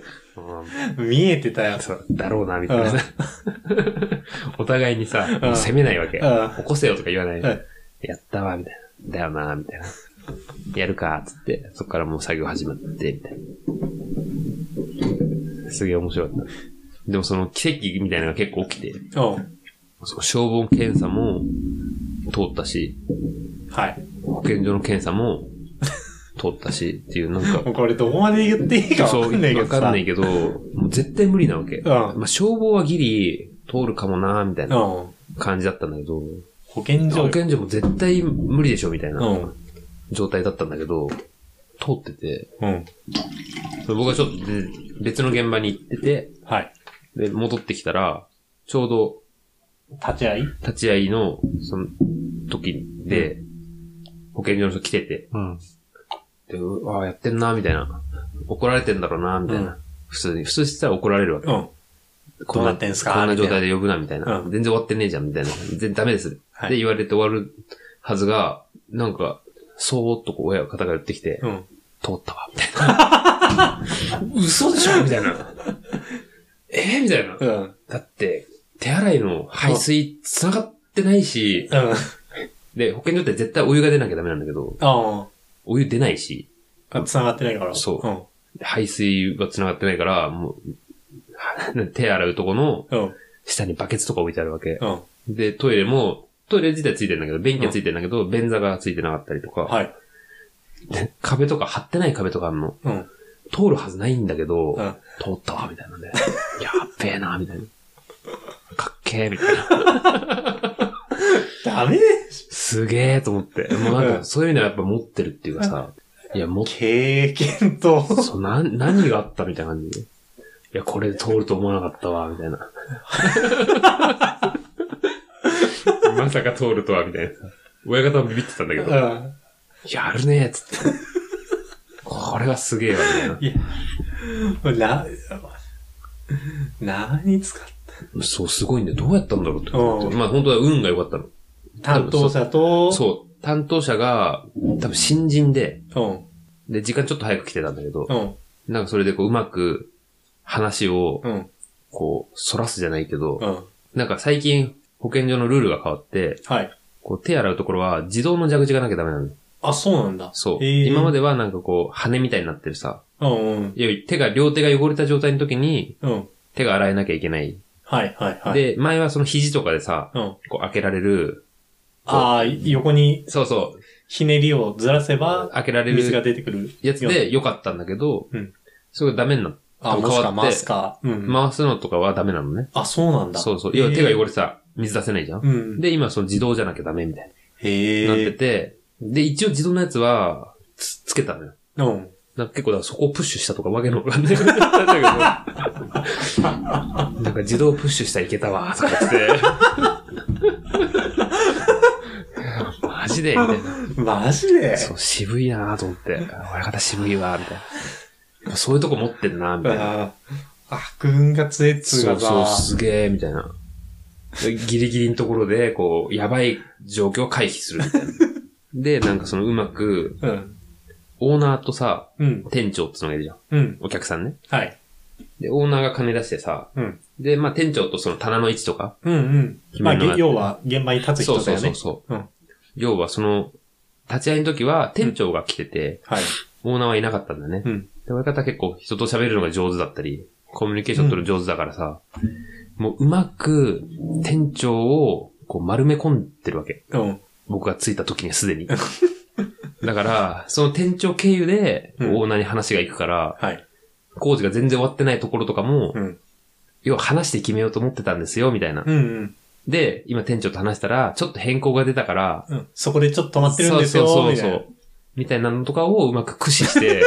Speaker 2: う
Speaker 1: 見えてたよ
Speaker 2: ん、。そう、だろうな、みたいな
Speaker 1: うん
Speaker 2: さ。 お互いにさ、
Speaker 1: うん
Speaker 2: 責めないわけ。
Speaker 1: うん
Speaker 2: 起こせよとか言わな
Speaker 1: う
Speaker 2: い。
Speaker 1: ん
Speaker 2: やったわ、みたいな。だよな、みたいな。やるか、つって、そっからもう作業始まって、みたいな。すげえ面白かった。でもその奇跡みたいなのが結構起きて、
Speaker 1: うん。
Speaker 2: その消防検査も通ったし、
Speaker 1: はい。
Speaker 2: 保健所の検査も通ったし、っていうなんか
Speaker 1: も、うこれどこまで言っていいか
Speaker 2: そ
Speaker 1: わ
Speaker 2: う、
Speaker 1: かんないけど
Speaker 2: わ
Speaker 1: さ。
Speaker 2: かんないけど、もう絶対無理なわけ。
Speaker 1: ん
Speaker 2: まあ消防はギリ通るかもな、みたいな
Speaker 1: うん。
Speaker 2: 感じだったんだけど、
Speaker 1: 保健所。
Speaker 2: 保。健所も絶対無理でしょ、みたいうなん状態だったんだけど、通ってて、
Speaker 1: うん。
Speaker 2: 僕はちょっとで別の現場に行ってて、
Speaker 1: はい。
Speaker 2: で、戻ってきたら、ちょうど
Speaker 1: 立ち会い
Speaker 2: 立ち会いの、その時で、保健所の人来てて、
Speaker 1: うん。
Speaker 2: で、うああ、やってんな、みたいな。怒られてんだろうな、みたいな。
Speaker 1: う
Speaker 2: 普通に。普通したら怒られるわけ。
Speaker 1: う ん。
Speaker 2: こ
Speaker 1: どうなってんすか
Speaker 2: こんな
Speaker 1: みたい
Speaker 2: 状
Speaker 1: な
Speaker 2: 態で呼ぶな、みたいな。
Speaker 1: うん
Speaker 2: 全然終わってねえじゃん、みたいな。全然ダメです。
Speaker 1: はい
Speaker 2: で、言われて終わるはずが、なんか、そーっとこう親方が寄ってきて、
Speaker 1: うん。
Speaker 2: 通ったわ、みたいな。嘘でしょみたいな。 えーみたいな。
Speaker 1: うん。
Speaker 2: だって、手洗いの排水繋がってないし、
Speaker 1: うん。
Speaker 2: で、保健所って絶対お湯が出なきゃダメなんだけど、
Speaker 1: あ
Speaker 2: お湯出ないし、
Speaker 1: あ。繋がってないから。
Speaker 2: そ排水は繋がってないから、もう、 手洗うとこの
Speaker 1: う。うん。
Speaker 2: 下にバケツとか置いてあるわけ。
Speaker 1: うん。
Speaker 2: で、トイレも、トイレ自体ついてんだけど、便器はついてんだけど、便座がついてなかったりとか、
Speaker 1: はい。
Speaker 2: で壁とか張ってない壁とかあんの。
Speaker 1: うん。
Speaker 2: 通るはずないんだけど、
Speaker 1: うん。
Speaker 2: 通ったわ、みたいなね。 やっべえな、みたいな。かっけえ、みたいな。
Speaker 1: ダメ
Speaker 2: すげえと思って。もうなんか、そういうのはやっぱ持ってるっていうかさ、いや、もっ
Speaker 1: 経験と、
Speaker 2: と、そう、なん、何があったみたいな感じで。いや、これで通ると思わなかったわ、みたい な。まさか通るとは、みたいなさ。親方もビビってたんだけ
Speaker 1: う
Speaker 2: ど、
Speaker 1: ん。
Speaker 2: やるねえ、つって。これはすげえわ、みたいな。
Speaker 1: な、何使っ
Speaker 2: そう、すごいんだよ。どうやったんだろうって思って。
Speaker 1: うん
Speaker 2: まあ、本当は運が良かったの。
Speaker 1: た担当者と、
Speaker 2: そう。担当者が、多分新人で、
Speaker 1: うん。
Speaker 2: で、時間ちょっと早く来てたんだけど
Speaker 1: う、ん。
Speaker 2: なんかそれでこう、うまく話を
Speaker 1: う、ん。
Speaker 2: こう、反らすじゃないけど
Speaker 1: う、ん。
Speaker 2: なんか最近、保健所のルールが変わって、
Speaker 1: はい。
Speaker 2: こう、手洗うところは自動の蛇口がなきゃダメなの。
Speaker 1: あ、そうなんだ。
Speaker 2: そう。
Speaker 1: へー
Speaker 2: 今まではなんかこう、羽みたいになってるさ、
Speaker 1: うんうん。
Speaker 2: いや手が、両手が汚れた状態の時に、
Speaker 1: うん。
Speaker 2: 手が洗えなきゃいけない。
Speaker 1: はいはいはい。、
Speaker 2: で、前はその肘とかでさ、
Speaker 1: うん。
Speaker 2: こう開けられる、
Speaker 1: ああ、横に
Speaker 2: そうそう、
Speaker 1: ひねりをずらせば、
Speaker 2: 開けられ
Speaker 1: 水が
Speaker 2: る
Speaker 1: 出てくる。
Speaker 2: やつで良かったんだけど
Speaker 1: うん、
Speaker 2: それがダメになっ
Speaker 1: あ、
Speaker 2: 変
Speaker 1: も
Speaker 2: わっ
Speaker 1: してか回すか。うん。
Speaker 2: 回すのとかはダメなのね。
Speaker 1: あ、そうなんだ。
Speaker 2: そうそう。要は手が汚れてた。水出せないじゃん。
Speaker 1: うん。
Speaker 2: で、今その自動じゃなきゃダメみたい
Speaker 1: へ
Speaker 2: になって
Speaker 1: え。
Speaker 2: て、で、一応自動のやつは、つ、つけたのよ。
Speaker 1: うん。
Speaker 2: なんか結構だからそこをプッシュしたとかわけのわかん ないことだったんだけど。なんか自動プッシュしたらいけたわ、とか言って。マジでみたいな。
Speaker 1: マジで
Speaker 2: そう、渋いなと思って。親方渋いわ、みたいな。そういうとこ持ってんな、みたいな。
Speaker 1: ああ、悪運が強いっつう
Speaker 2: そう
Speaker 1: か
Speaker 2: そう、
Speaker 1: さ。
Speaker 2: すげえ、みたいな。でギリギリのところで、こう、やばい状況を回避するみた いな。で、なんかそのうまく、
Speaker 1: うん。
Speaker 2: オーナーとさ、
Speaker 1: うん。
Speaker 2: 店長ってのがいるじゃん。
Speaker 1: うん。
Speaker 2: お客さんね。
Speaker 1: はい。
Speaker 2: で、オーナーが金出してさ、
Speaker 1: うん。
Speaker 2: で、まあ店長とその棚の位置とか。
Speaker 1: うんうん。
Speaker 2: 決
Speaker 1: ま
Speaker 2: め
Speaker 1: あ、
Speaker 2: るのが
Speaker 1: げ要は現場に立つ
Speaker 2: そう
Speaker 1: 人だ
Speaker 2: そう
Speaker 1: よ
Speaker 2: そう
Speaker 1: ね。
Speaker 2: そう、
Speaker 1: うん
Speaker 2: 要はその、立ち会いの時は店長が来てて、
Speaker 1: はい。
Speaker 2: オーナーはいなかったんだね。
Speaker 1: うん
Speaker 2: で、親方結構人と喋るのが上手だったり、コミュニケーション取る上手だからさ、もううまく店長をこう丸め込んでるわけ。
Speaker 1: うん。
Speaker 2: 僕が着いた時にはす でに。だから、その店長経由で、オ
Speaker 1: うん
Speaker 2: ーナーに話が行くから、
Speaker 1: はい。
Speaker 2: 工事が全然終わってないところとかも、
Speaker 1: うん
Speaker 2: 要は話して決めようと思ってたんですよ、みたいな。
Speaker 1: うんうん。
Speaker 2: で、今店長と話したら、ちょっと変更が出たから、
Speaker 1: うん。そこでちょっと止まってるんですよ。
Speaker 2: そうそう
Speaker 1: み
Speaker 2: そ
Speaker 1: た
Speaker 2: う
Speaker 1: い
Speaker 2: そ
Speaker 1: な
Speaker 2: う。みたいなのとかをうまく駆使して、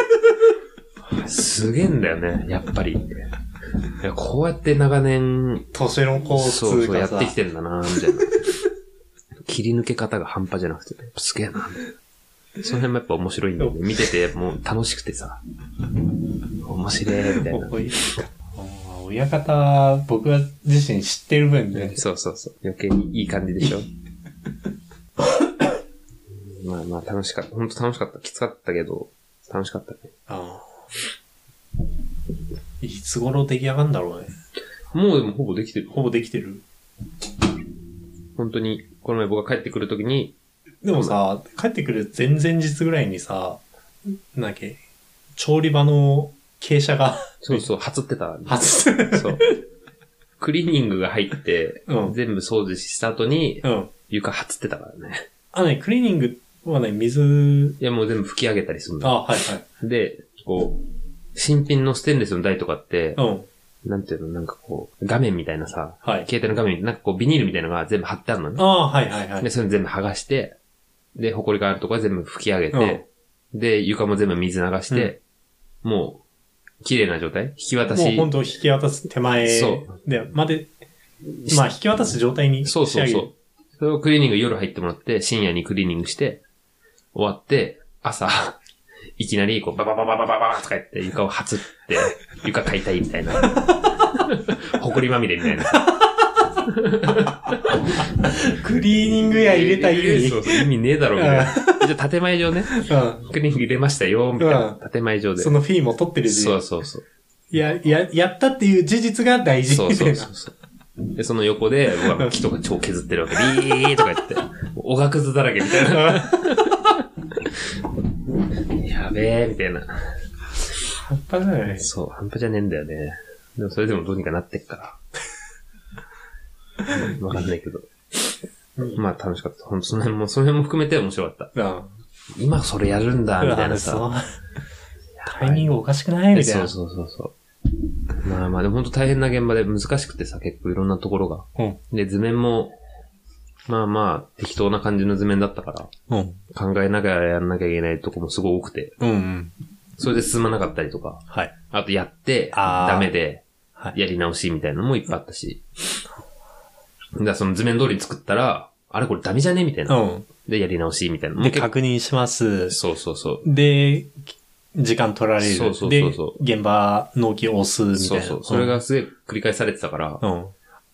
Speaker 2: すげえんだよね、やっぱり。いやこうやって長年、
Speaker 1: 都市の交
Speaker 2: そう
Speaker 1: 通
Speaker 2: そうや
Speaker 1: がさ
Speaker 2: ってきてんだな、みたいな。切り抜け方が半端じゃなくて、すげえな。その辺もやっぱ面白いんだよね。見てて、もう楽しくてさ。面白い、みたいな。
Speaker 1: おいあー親方、僕は自身知ってる分ね。
Speaker 2: そうそうそう。余計にいい感じでしょ。まあまあ楽しかった。本当楽しかった。きつかったけど、楽しかったね。
Speaker 1: あーいつ頃出来上がるんだろうね。
Speaker 2: もうでもほぼできてる。
Speaker 1: ほぼできてる。
Speaker 2: 本当に、この前僕が帰ってくるときに、
Speaker 1: でもさ、帰ってくる前々日ぐらいにさ、なんだっけ、調理場の傾斜が
Speaker 2: そうそう、はつってた。
Speaker 1: 外れる。
Speaker 2: そう。クリーニングが入って、
Speaker 1: うん
Speaker 2: 全部掃除した後に、
Speaker 1: うん。
Speaker 2: 床はつってたからね。
Speaker 1: あ、ね、クリーニングはね、水、
Speaker 2: いや、もう全部拭き上げたりするんだ。
Speaker 1: あ、はいはい。
Speaker 2: で、こう、新品のステンレスの台とかって
Speaker 1: う、ん。
Speaker 2: なんていうの、なんかこう、画面みたいなさ、
Speaker 1: はい。
Speaker 2: 携帯の画面になんかこう、ビニールみたいなのが全部貼ってあるのね
Speaker 1: あ。あ、はいはいは
Speaker 2: で、
Speaker 1: い。
Speaker 2: それ全部剥がして、で、埃があるとこは全部拭き上げて、で、床も全部水流して、もう、綺麗な状態引き渡
Speaker 1: もう
Speaker 2: し。
Speaker 1: 本当引き渡す手前
Speaker 2: そ
Speaker 1: で、まで、まあ引き渡す状態に仕
Speaker 2: そうそ
Speaker 1: 上
Speaker 2: う
Speaker 1: げる。
Speaker 2: そう。それをクリーニング夜入ってもらって、深夜にクリーニングして、終わって、朝、いきなり、こう、バババババババとか言って、床をはつって、床解体みたいな。ほこりまみれみたいな。
Speaker 1: クリーニング屋入れた意味。
Speaker 2: そうそう意味ねえだろ、みたいな。じゃあ、建前上ね、
Speaker 1: う
Speaker 2: クリーニング入れましたよ、みたいな。建前上
Speaker 1: ん。
Speaker 2: で。
Speaker 1: そ
Speaker 2: そう
Speaker 1: のフィーも取ってるし。
Speaker 2: そうそう。
Speaker 1: いや、や、やったっていう事実が大事
Speaker 2: そう
Speaker 1: みた
Speaker 2: そ
Speaker 1: いうな。
Speaker 2: そうそう。で、その横で、僕は木とか超削ってるわけで、ビーとか言って、おがくずだらけみたい な。やべえ、みたいな。
Speaker 1: 半端じゃない。
Speaker 2: そう、半端じゃねえんだよね。でもそれでもどうにかなって っから。わかんないけど。まあ楽しかった。ほんとその辺も、その辺も含めて面白かった。
Speaker 1: うん。
Speaker 2: 今それやるんだ、みたいな
Speaker 1: う
Speaker 2: さ。
Speaker 1: わそうタイミングおかしくないみたい
Speaker 2: そ
Speaker 1: な。
Speaker 2: うそうそうそう。まあまあ、でもほんと大変な現場で難しくてさ、結構いろんなところが。
Speaker 1: うん。
Speaker 2: で、図面も、まあまあ、適当な感じの図面だったから、
Speaker 1: うん。
Speaker 2: 考えながらやんなきゃいけないとこもすごい多くて、
Speaker 1: うんうん。
Speaker 2: それで進まなかったりとか、
Speaker 1: はい。
Speaker 2: あとやって、
Speaker 1: あー
Speaker 2: ダメで、
Speaker 1: はい。
Speaker 2: やり直しみたいなのもいっぱいあったし、だからその図面通りに作ったら、あれこれダメじゃねみたいうな。
Speaker 1: ん。
Speaker 2: で、やり直しみたいな。も
Speaker 1: で、
Speaker 2: う結構
Speaker 1: 確認します。
Speaker 2: そうそうそう。
Speaker 1: で、時間取られる。
Speaker 2: そうそうそうそう
Speaker 1: で、現場、納期押す、みた
Speaker 2: そ
Speaker 1: いうな。
Speaker 2: そう。それがすげえ繰り返されてたから、
Speaker 1: うん。うん。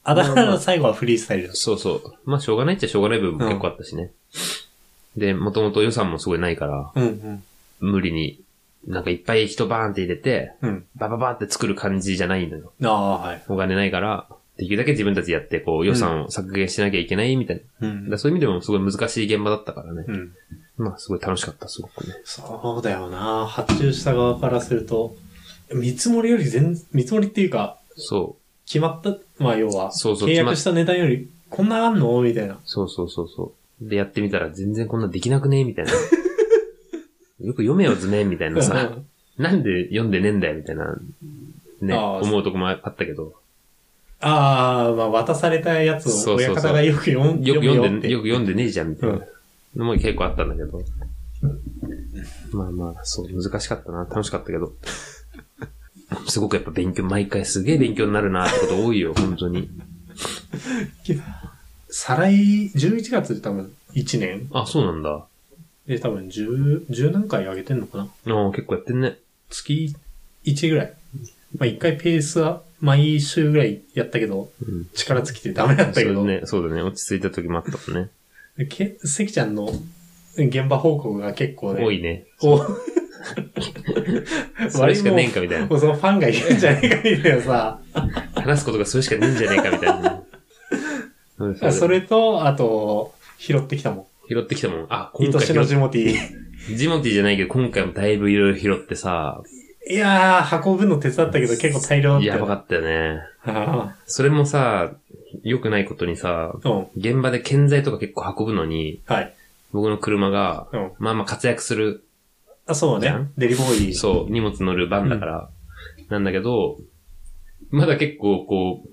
Speaker 1: あ、だから最後はフリースタイルだ。
Speaker 2: そうそう。まあしょうがないっちゃしょうがない部分も結構あったしね。で、もともと予算もすごいないから、
Speaker 1: うんうん。
Speaker 2: 無理に、なんかいっぱい人バーンって入れて、
Speaker 1: うん。
Speaker 2: バババーって作る感じじゃないのよ。
Speaker 1: ああ、はい。
Speaker 2: お金ないから、できるだけ自分たちやって、こう、予算を削減しなきゃいけないみたいな。
Speaker 1: う
Speaker 2: だ
Speaker 1: ん
Speaker 2: から。そういう意味でもすごい難しい現場だったからね。
Speaker 1: うん。
Speaker 2: まあ、すごい楽しかった、すごくね。
Speaker 1: そうだよな発注した側からすると、見積もりより全、見積もりっていうか、
Speaker 2: そ
Speaker 1: 決まった、まあ要は、
Speaker 2: そうそう
Speaker 1: 契約した値段より、こんなあんのみたいな
Speaker 2: う。。そうそうそうそう。で、やってみたら全然こんなできなくね みたいな。よく読めよ、図面みたいなさ。なんで読んでねえんだよ、みたいな。ね、
Speaker 1: あー
Speaker 2: 思うとこもあったけど。
Speaker 1: ああ、まあ渡されたやつ
Speaker 2: そ
Speaker 1: を
Speaker 2: うそうそう
Speaker 1: 親方がよく読ん
Speaker 2: よく
Speaker 1: む
Speaker 2: 読んで、
Speaker 1: よっ
Speaker 2: よく読んでねえじゃん、みたいなのも結構あったんだけど。まあまあ、そう、難しかったな。楽しかったけど。 すごくやっぱ勉強、毎回すげえ勉強になるなってこと多いよ、本当に。
Speaker 1: て。再来、11月で多分1年
Speaker 2: あ、そうなんだ。
Speaker 1: で多分10、10何回上げてんのかな
Speaker 2: ああ、結構やってんね。
Speaker 1: 月1ぐらい。まあ一回ペースは毎週ぐらいやったけど、
Speaker 2: うん。
Speaker 1: 力尽きてダメだったけ
Speaker 2: そ
Speaker 1: ど、
Speaker 2: うね、そうだね。落ち着いた時もあったもんね。
Speaker 1: け関ちゃんの現場報告が結構ね、
Speaker 2: 多いね。
Speaker 1: お
Speaker 2: それしかねえんかみたい
Speaker 1: もうそのファンがいるんじゃねえかみたいなさ。
Speaker 2: な。話すことがそれしかねえんじゃねえかみたい な。うん
Speaker 1: あそれと、あと、拾ってきたも
Speaker 2: 拾ってきたもん。あ、
Speaker 1: ん。
Speaker 2: 今
Speaker 1: 愛
Speaker 2: 回
Speaker 1: し
Speaker 2: 拾
Speaker 1: の
Speaker 2: っ
Speaker 1: ジモティ
Speaker 2: ジモティじゃないけど、今回もだいぶいろいろ拾ってさ、
Speaker 1: いやー、運ぶの手伝ったけど結構大量だった
Speaker 2: やばか
Speaker 1: っ
Speaker 2: ったよね。
Speaker 1: た。あ
Speaker 2: それもさ、良くないことにさ、
Speaker 1: あ、 うん。
Speaker 2: 現場で建材とか結構運ぶのに、
Speaker 1: はい。
Speaker 2: 僕の車が、
Speaker 1: うん。
Speaker 2: まあまあ活躍する、
Speaker 1: あ、そう
Speaker 2: じ
Speaker 1: ね
Speaker 2: ゃん。
Speaker 1: デリボーイ。
Speaker 2: そう、荷物乗るバンだから、なんだけど、まだ結構こう、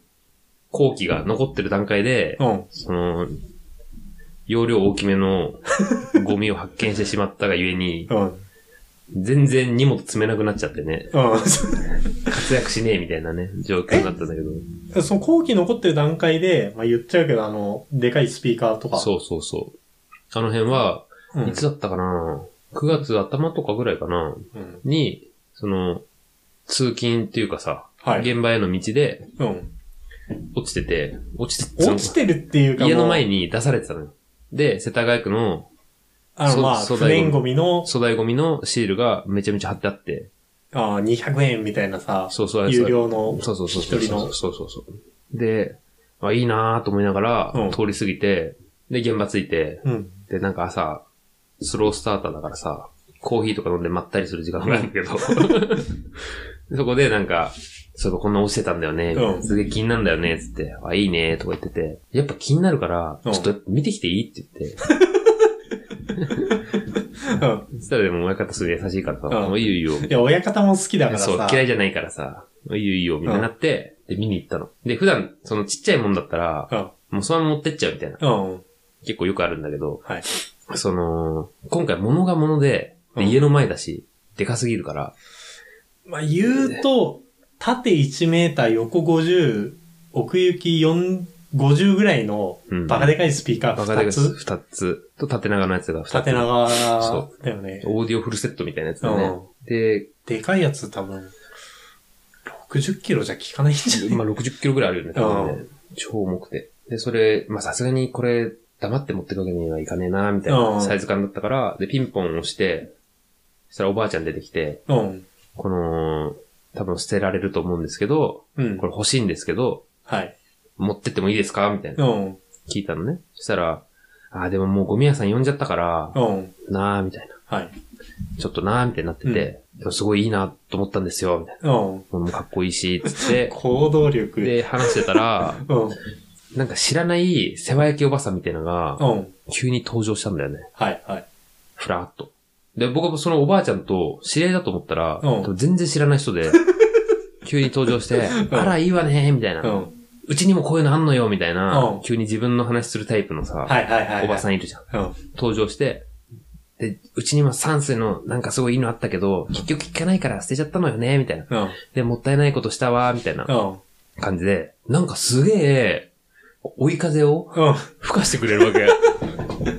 Speaker 2: 後期が残ってる段階で、
Speaker 1: うん。
Speaker 2: その、容量大きめのゴミを発見してしまったがゆえに
Speaker 1: う、ん。
Speaker 2: 全然荷物積めなくなっちゃってね、
Speaker 1: う
Speaker 2: 活躍しねえみたいなね、状況になったんだけど。
Speaker 1: ん。その後期残ってる段階で、まあ、言っちゃうけど、あの、でかいスピーカーとか。
Speaker 2: そうそうそう。あの辺は、
Speaker 1: うん。
Speaker 2: いつだったかな、?9 月頭とかぐらいかな
Speaker 1: うん。
Speaker 2: に、その、通勤っていうかさ、
Speaker 1: はい。
Speaker 2: 現場への道で
Speaker 1: うん。
Speaker 2: 落ちてて、落ちて
Speaker 1: 落ちてるっていう
Speaker 2: そ
Speaker 1: か
Speaker 2: の
Speaker 1: もう、
Speaker 2: 家の前に出されてたのよ。で、世田谷区の
Speaker 1: あの、まあ、
Speaker 2: そ粗
Speaker 1: 不
Speaker 2: 大ゴミ
Speaker 1: 燃ゴミの、
Speaker 2: 粗大ゴミのシールがめちゃめちゃ貼ってあって、
Speaker 1: ああ、200円みたいなさ、
Speaker 2: そうそう、あれ
Speaker 1: 有料の、
Speaker 2: そうそうそうそう。
Speaker 1: 一人の
Speaker 2: そうそうそう。で、あ、いいなーと思いながら、
Speaker 1: うん
Speaker 2: 通り過ぎて、で、現場着いて、
Speaker 1: うん。
Speaker 2: で、なんか朝、スロースターターだからさ、コーヒーとか飲んでまったりする時間があるんだけ ど、そこでなんか、そういえばこんな落ちてたんだよね、みたいな
Speaker 1: うん
Speaker 2: すげえ気になるんだよね、つって、あ、いいね、とか言ってて、やっぱ気になるから、
Speaker 1: うん
Speaker 2: ちょっとやっぱ見てきていいって言って、
Speaker 1: うん。
Speaker 2: そしたらでも親方すげえ優しいからさ、
Speaker 1: うん
Speaker 2: もういいよいいよ、
Speaker 1: いや、親方も好きだからさ。
Speaker 2: そう、嫌いじゃないからさ、いいよいいよ、みたいになって、で、見に行ったの。で、普段、そのちっちゃいもんだったら、
Speaker 1: うん。
Speaker 2: もうそのまま持ってっちゃうみたいな。
Speaker 1: うん。
Speaker 2: 結構よくあるんだけど、
Speaker 1: はい。
Speaker 2: その、今回物が物で、で
Speaker 1: うん
Speaker 2: 家の前だし、でかすぎるから、
Speaker 1: まあ、言うと、縦1メーター、横50、奥行き4、50ぐらいの、
Speaker 2: うん。
Speaker 1: バカでかいスピーカー
Speaker 2: バカで
Speaker 1: 2
Speaker 2: かい
Speaker 1: つ
Speaker 2: 二つ。と縦長のやつが二つ。
Speaker 1: 縦長
Speaker 2: そ
Speaker 1: だよね。
Speaker 2: オーディオフルセットみたいなやつ
Speaker 1: う
Speaker 2: だね。
Speaker 1: ん。
Speaker 2: で、
Speaker 1: でかいやつ多分、60キロじゃ効かないんじゃない
Speaker 2: まあ、60キロぐらいあるよね、多分ね。超重くて。で、それ、まあ、さすがにこれ、黙って持ってくわけにはいかねえな、みたいうなんサイズ感だったから、で、ピンポン押して、そしたらおばあちゃん出てきて、
Speaker 1: うん。
Speaker 2: この、多分捨てられると思うんですけど、
Speaker 1: うん
Speaker 2: こ。れ欲しいんですけど、
Speaker 1: はい。
Speaker 2: 持ってってもいいですかみたいな。
Speaker 1: うん。
Speaker 2: 聞いたのね。そしたら、ああ、でももうゴミ屋さん呼んじゃったから、
Speaker 1: うん。
Speaker 2: なあ、みたいな。
Speaker 1: はい。
Speaker 2: ちょっとなあ、みたいになってて、でもすごいいいなと思ったんですよ、みたい
Speaker 1: うん。
Speaker 2: な。もうかっこいいし、つ って。
Speaker 1: 行動力。
Speaker 2: で、話してたら、
Speaker 1: うん。
Speaker 2: なんか知らない世話焼きおばさんみたいなのが
Speaker 1: う、ん。
Speaker 2: 急に登場したんだよね。
Speaker 1: はい。はい。
Speaker 2: ふらっと。で、僕はそのおばあちゃんと知り合いだと思ったら、
Speaker 1: うん
Speaker 2: 多分全然知らない 人で、急に登場して、あら、いいわね、みたいな。
Speaker 1: う。
Speaker 2: うんちにもこういうのあんのよ、みたいな、
Speaker 1: うん
Speaker 2: 急に自分の話するタイプのさ、
Speaker 1: はい。はい。はい。
Speaker 2: おばさ
Speaker 1: ん。
Speaker 2: んいるじゃん。
Speaker 1: うん。
Speaker 2: 登場して、で、うちにも3世のなんかすごいいいのあったけど、結局聞かないから捨てちゃったのよね、みたいな。
Speaker 1: うん。
Speaker 2: で、もったいないことしたわ、みたいな
Speaker 1: うん。
Speaker 2: 感じで、なんかすげえ、追い風を
Speaker 1: うん。
Speaker 2: 吹かしてくれる わけ。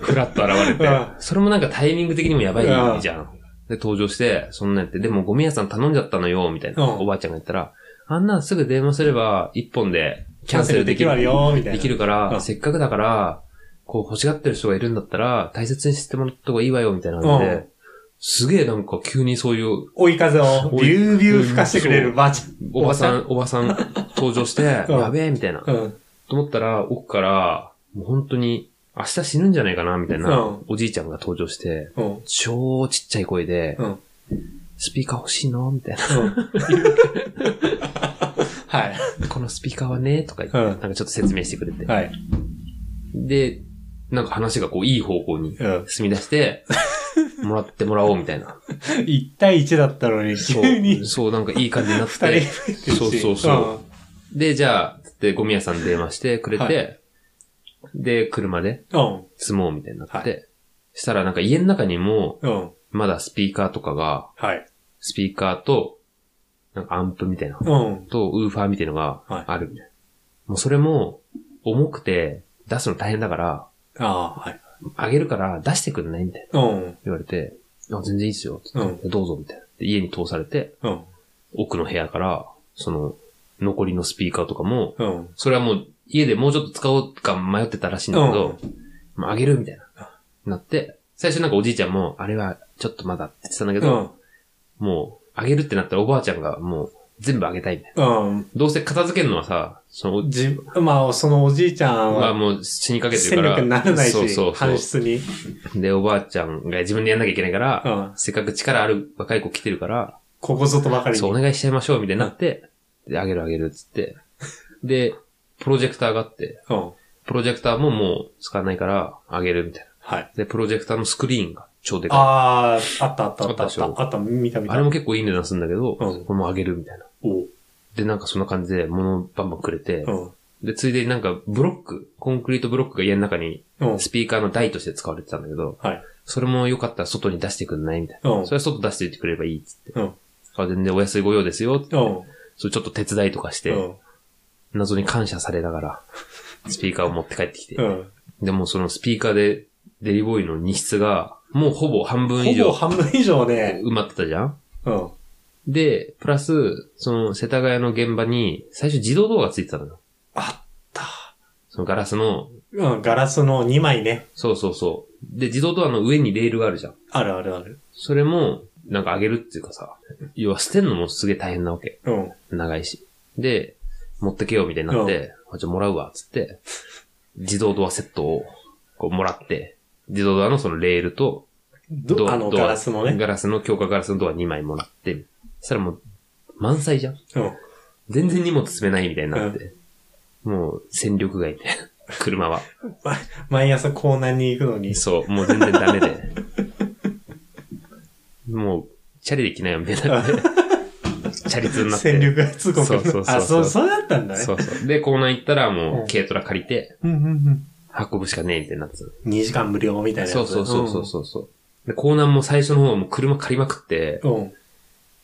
Speaker 2: ふらっと現れ
Speaker 1: うん
Speaker 2: て。それもなんかタイミング的にもやばいじゃん。で、登場して、そんなんやって、でもゴミ屋さん頼んじゃったのよ、みたいな。
Speaker 1: うん
Speaker 2: おばあちゃんが言ったら、あんなんすぐ電話すれば、一本でキャンセルできる
Speaker 1: わよ、みたいな。
Speaker 2: できるか
Speaker 1: う
Speaker 2: ら、
Speaker 1: ん
Speaker 2: せっかくだから、こう欲しがってる人がいるんだったら、大切にしてもらった方がいいわよ、みたいな感じ
Speaker 1: う
Speaker 2: で
Speaker 1: ん、
Speaker 2: すげえなんか急にそういう
Speaker 1: 追い風をビュービュー吹かしてくれるばあち
Speaker 2: おばさん、おばさん登場して、
Speaker 1: うん
Speaker 2: やべえ、みたいな。
Speaker 1: ゃん。うん。、
Speaker 2: と思ったら、奥から、もう本当に、明日死ぬんじゃないかな、みたいうなんおじいちゃんが登場して、
Speaker 1: うん。
Speaker 2: 超ちっちゃい声で
Speaker 1: う、ん。
Speaker 2: スピーカー欲しいのみたいな。
Speaker 1: はい。
Speaker 2: このスピーカーはね、とか言って、
Speaker 1: うん
Speaker 2: なんかちょっと説明してくれて。
Speaker 1: はい。
Speaker 2: で、なんか話がこう、いい方向に
Speaker 1: うん。
Speaker 2: 進み出 して、もらってもらおう、みたいな。
Speaker 1: 1対1だったのに、
Speaker 2: そ
Speaker 1: 急に
Speaker 2: う、そう、なんかいい感じになっ
Speaker 1: 2人増
Speaker 2: て。
Speaker 1: えてるし
Speaker 2: そうそうそうで、じゃあ、ってゴミ屋さんに電話してくれて、
Speaker 1: は
Speaker 2: で、車で
Speaker 1: うん。
Speaker 2: 住もうみたいになって、したらなんか家の中にも、
Speaker 1: うん。
Speaker 2: まだスピーカーとかが、
Speaker 1: はい。
Speaker 2: スピーカーと、なんかアンプみたいな、
Speaker 1: うん。
Speaker 2: とウーファーみたいのが
Speaker 1: はい
Speaker 2: あるみたいな。もうそれも、重くて、出すの大変だから、
Speaker 1: ああ、はい。
Speaker 2: あげるから出してくんないみたいな
Speaker 1: うん。
Speaker 2: 言われて、あ、全然いいっすよ。
Speaker 1: うん。
Speaker 2: どうぞみたいな。で家に通されて、
Speaker 1: うん。
Speaker 2: 奥の部屋から、その、残りのスピーカーとかも、
Speaker 1: うん。
Speaker 2: それはもう、家でもうちょっと使おうか迷ってたらしいんだけど、まあ、あげるみたいな。なって、最初なんかおじいちゃんも、あれはちょっとまだって言ってたんだけ
Speaker 1: う
Speaker 2: ど、
Speaker 1: ん。
Speaker 2: もう、あげるってなったらおばあちゃんがもう、全部あげたいみたいな。
Speaker 1: うん。
Speaker 2: どうせ片付けるのはさ、そのおじ、
Speaker 1: じ、まあ、そのおじいちゃん
Speaker 2: まあ
Speaker 1: は、
Speaker 2: もう死にかけてる
Speaker 1: 戦
Speaker 2: から。
Speaker 1: 力にならない
Speaker 2: そう
Speaker 1: し
Speaker 2: そ、う
Speaker 1: 搬
Speaker 2: そ
Speaker 1: 出に。
Speaker 2: う。で、おばあちゃんが自分でやんなきゃいけないから、
Speaker 1: うん。
Speaker 2: せっかく力ある若い子来てるから、
Speaker 1: ここぞとばかりに。
Speaker 2: そう、お願いしちゃいましょう、みたいになって、で、あげるあげるっつって。で、プロジェクターがあって、
Speaker 1: うん。
Speaker 2: プロジェクターももう使わないから、あげるみたいな。
Speaker 1: はい。
Speaker 2: で、プロジェクターのスクリーンが超でか
Speaker 1: ああ、あったあったあったあ
Speaker 2: あったで
Speaker 1: っ
Speaker 2: しょ
Speaker 1: た。あった、見た
Speaker 2: い。
Speaker 1: 見た。
Speaker 2: あれも結構いい値段するんだけど、
Speaker 1: うん
Speaker 2: これもあげるみたいな。
Speaker 1: おう
Speaker 2: で、なんかそんな感じで物をバンバンくれて、
Speaker 1: うん。
Speaker 2: で、ついでになんかブロック、コンクリートブロックが家の中に
Speaker 1: うん。
Speaker 2: スピーカーの台として使われてたんだけど、
Speaker 1: はい。
Speaker 2: それもよかったら外に出してくんないみたいな。
Speaker 1: うん
Speaker 2: そ。れは外出しておいてくれればいいっつって。
Speaker 1: うん
Speaker 2: あ全然お安いご用ですよっつって。
Speaker 1: うん。
Speaker 2: それちょっと手伝いとかして、
Speaker 1: うん。
Speaker 2: 謎に感謝されながら、スピーカーを持って帰ってきて
Speaker 1: う。ん。
Speaker 2: でもそのスピーカーで、デリボーイの荷室が、もうほぼ半分以
Speaker 1: ほぼ
Speaker 2: 上
Speaker 1: 半分以上ね。
Speaker 2: 埋まってたじゃん
Speaker 1: うん。
Speaker 2: で、プラス、その世田谷の現場に、最初自動ドアがついてたのよ。
Speaker 1: あった。
Speaker 2: そのガラスの、
Speaker 1: うん、ガラスの2枚ね。
Speaker 2: そうそうそう。で、自動ドアの上にレールがあるじゃん。
Speaker 1: あるあるある。
Speaker 2: それも、なんか上げるっていうかさ、要は捨てるのもすげえ大変なわけ。
Speaker 1: うん。
Speaker 2: 長いし。で、持ってけようみたいになって、あじゃあもらうわ、つって、自動ドアセットを、こうもらって、自動ドアのそのレールと、ド
Speaker 1: ど
Speaker 2: ア
Speaker 1: あの、
Speaker 2: ドア
Speaker 1: ガラスのね。
Speaker 2: ガラスの、強化ガラスのドア2枚もらって、そしたらもう、満載じゃん
Speaker 1: うん。
Speaker 2: 全然荷物積めないみたいになって。もう、戦力外で、車は。
Speaker 1: 毎朝港南に行くのに。
Speaker 2: そう、もう全然ダメ で。もう、チャリできないよみたいになって。チャリ通になって。
Speaker 1: 戦力外通告。
Speaker 2: そうそうそうそう
Speaker 1: あ、そう、そうだったんだね。
Speaker 2: そうそう。で、コーナー行ったらも
Speaker 1: うん
Speaker 2: う、軽トラ借りて、
Speaker 1: うんうん
Speaker 2: 運ぶしかねえみたいになってたの
Speaker 1: うん。2時間無料みたいなやつ。
Speaker 2: そうそうそうそうそう。で、コーナーも最初の方はもう車借りまくって、
Speaker 1: うん。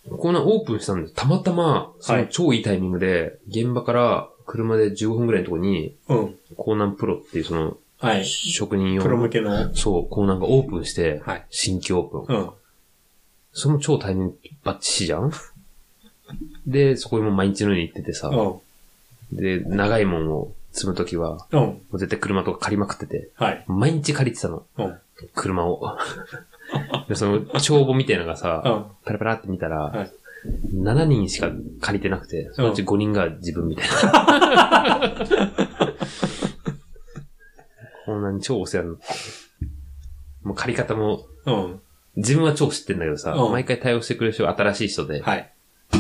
Speaker 1: うん。
Speaker 2: コーナーオープンしたんです。たまたま、その超いいタイミングで、現場から車で15分ぐらいのところに、
Speaker 1: うん。
Speaker 2: コーナープロっていうその、
Speaker 1: はい。
Speaker 2: 職人用
Speaker 1: プロ
Speaker 2: の
Speaker 1: 向、けの。
Speaker 2: そう、コーナーがオープンして
Speaker 1: はい、
Speaker 2: 新規オープン。
Speaker 1: うん。
Speaker 2: その超タイミングバッチシじゃ んで、そこにもう毎日のように行っててさ
Speaker 1: う、ん。
Speaker 2: で、長いもんを積むときは、も
Speaker 1: うん。
Speaker 2: う絶対車とか借りまくってて、
Speaker 1: はい。
Speaker 2: 毎日借りてたの。
Speaker 1: うん。
Speaker 2: 車を。で、その、帳簿みたいなのがさ、
Speaker 1: うん。
Speaker 2: パラパラって見たら、
Speaker 1: はい
Speaker 2: 7人しか借りてなくて、そのうち5人が自分みたいな。 こんなに超お世話になって。もう借り方も、
Speaker 1: うん。
Speaker 2: 自分は超知ってんだけどさ、
Speaker 1: うん
Speaker 2: 毎回対応してくれる人が新しい人で、
Speaker 1: はい。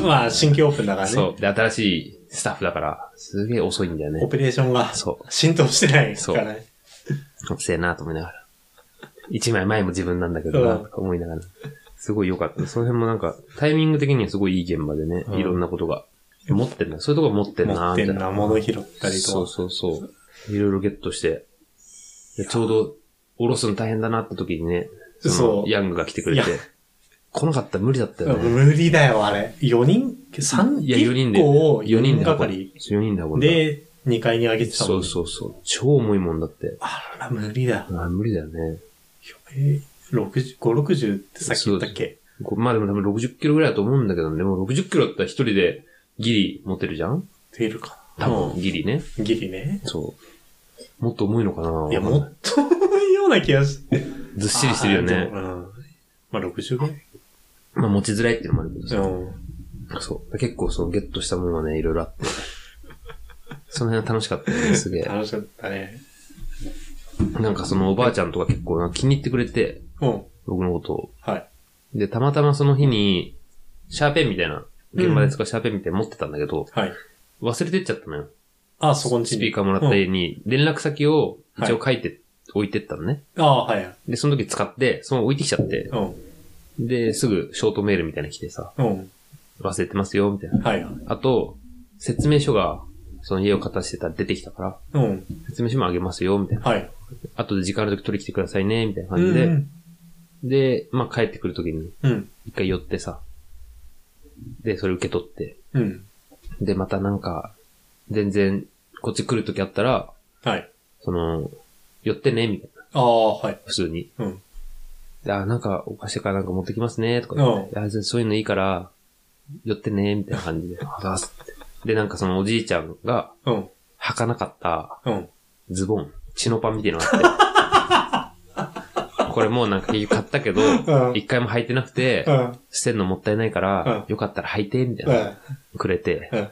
Speaker 1: まあ、新規オープンだからね。
Speaker 2: そう。で、新しいスタッフだから、すげえ遅いんだよ
Speaker 1: オ
Speaker 2: ね。
Speaker 1: ペレーションが
Speaker 2: そ
Speaker 1: 浸透してないからね。
Speaker 2: う。遅えなと思いながら。一枚前も自分なんだけどな、
Speaker 1: うん
Speaker 2: とか思いながら。すごい良かった。その辺もなんか、タイミング的にはすごいいい現場でね、
Speaker 1: うん
Speaker 2: いろんなことが。持ってんだ。そういうとこ持ってん
Speaker 1: 持
Speaker 2: な
Speaker 1: っ
Speaker 2: みた
Speaker 1: て
Speaker 2: い
Speaker 1: ん
Speaker 2: な。
Speaker 1: な、物拾ったり
Speaker 2: そ
Speaker 1: と
Speaker 2: う
Speaker 1: か。
Speaker 2: そうそう。いろいろゲットして。でちょうど、おろすの大変だなって時にね、
Speaker 1: そう
Speaker 2: そのヤングが来てくれ
Speaker 1: い
Speaker 2: て
Speaker 1: や、
Speaker 2: 来なかったら無理だったよね。
Speaker 1: 無理だよ、あれ。4人 ?3
Speaker 2: いや、4人で、
Speaker 1: を
Speaker 2: 4
Speaker 1: 4
Speaker 2: 人
Speaker 1: 人
Speaker 2: で
Speaker 1: が
Speaker 2: 運
Speaker 1: か
Speaker 2: ぶ。
Speaker 1: り。
Speaker 2: 4人で運んだ。
Speaker 1: で、2階に上げてたも
Speaker 2: そ
Speaker 1: ん
Speaker 2: う
Speaker 1: ね。
Speaker 2: そうそう。超重いもんだって。
Speaker 1: あら、無理だ。
Speaker 2: あ無理だよね。
Speaker 1: えー、60、5、60ってさっき言ったっけ
Speaker 2: こまあでも多分60キロぐらいだと思うんだけどね。でも60キロだったら一人でギリ持てるじゃん
Speaker 1: 出るかな。
Speaker 2: 多分ギリね。
Speaker 1: うん。ギリね。
Speaker 2: そう。もっと重いのかない
Speaker 1: や、もっと重いような気がし
Speaker 2: ずっしりしてるよ
Speaker 1: あーで
Speaker 2: ね
Speaker 1: も。うん。まあ、60ぐらい。
Speaker 2: まあ持ちづらいっていうのもあるけどさ。
Speaker 1: うん。
Speaker 2: そう。結構そのゲットしたものはね、いろいろあって。 その辺は楽しかったよね、すげえ。
Speaker 1: 楽しかったね。
Speaker 2: なんかそのおばあちゃんとか結構なんか気に入ってくれて、
Speaker 1: うん。
Speaker 2: 僕のことを。
Speaker 1: はい。
Speaker 2: で、たまたまその日に、シャーペンみたいな、現場で使うシャーペンみたいなの持ってたんだけど、
Speaker 1: はい。
Speaker 2: 忘れてっちゃったのよ。
Speaker 1: あ、そこんち
Speaker 2: ス
Speaker 1: に。
Speaker 2: ピーカーもらった家に、連絡先を一応書いて、置いてったのね。
Speaker 1: うん。ああ、はい。
Speaker 2: で、その時使って、その置いてきちゃって、
Speaker 1: うん。
Speaker 2: で、すぐショートメールみたいなの来てさ、
Speaker 1: うん。
Speaker 2: 忘れてますよ、みたいな。
Speaker 1: はい。
Speaker 2: あと、説明書が、その家を片してたら出てきたから、
Speaker 1: うん。
Speaker 2: 説明書もあげますよ、みたいな。
Speaker 1: はい。
Speaker 2: あとで時間ある時取り来てくださいね、みたいな感じで。
Speaker 1: うん
Speaker 2: で、まあ帰ってくる時に、
Speaker 1: うん。
Speaker 2: 一回寄ってさ。で、それ受け取って。
Speaker 1: うん。
Speaker 2: で、またなんか、全然、こっち来る時あったら、
Speaker 1: はい。
Speaker 2: その、寄ってね、みたいな。
Speaker 1: ああ、はい。
Speaker 2: 普通に。
Speaker 1: うん。
Speaker 2: であ、なんか、お菓子かなんか持ってきますね、とか言って。いや、全然そういうのいいから、寄ってね、みたいな感じ で。あ出すってで、なんかそのおじいちゃんが、
Speaker 1: うん。
Speaker 2: 履かなかった
Speaker 1: うん。
Speaker 2: ズボン、チノパンみたいなの あって。これもうなんか結局買ったけど、
Speaker 1: うん。
Speaker 2: 一回も履いてなくて
Speaker 1: う、ん。
Speaker 2: 捨てるのもったいないから、よかったら履いて、みたいうな、
Speaker 1: ん。
Speaker 2: くれて、
Speaker 1: うん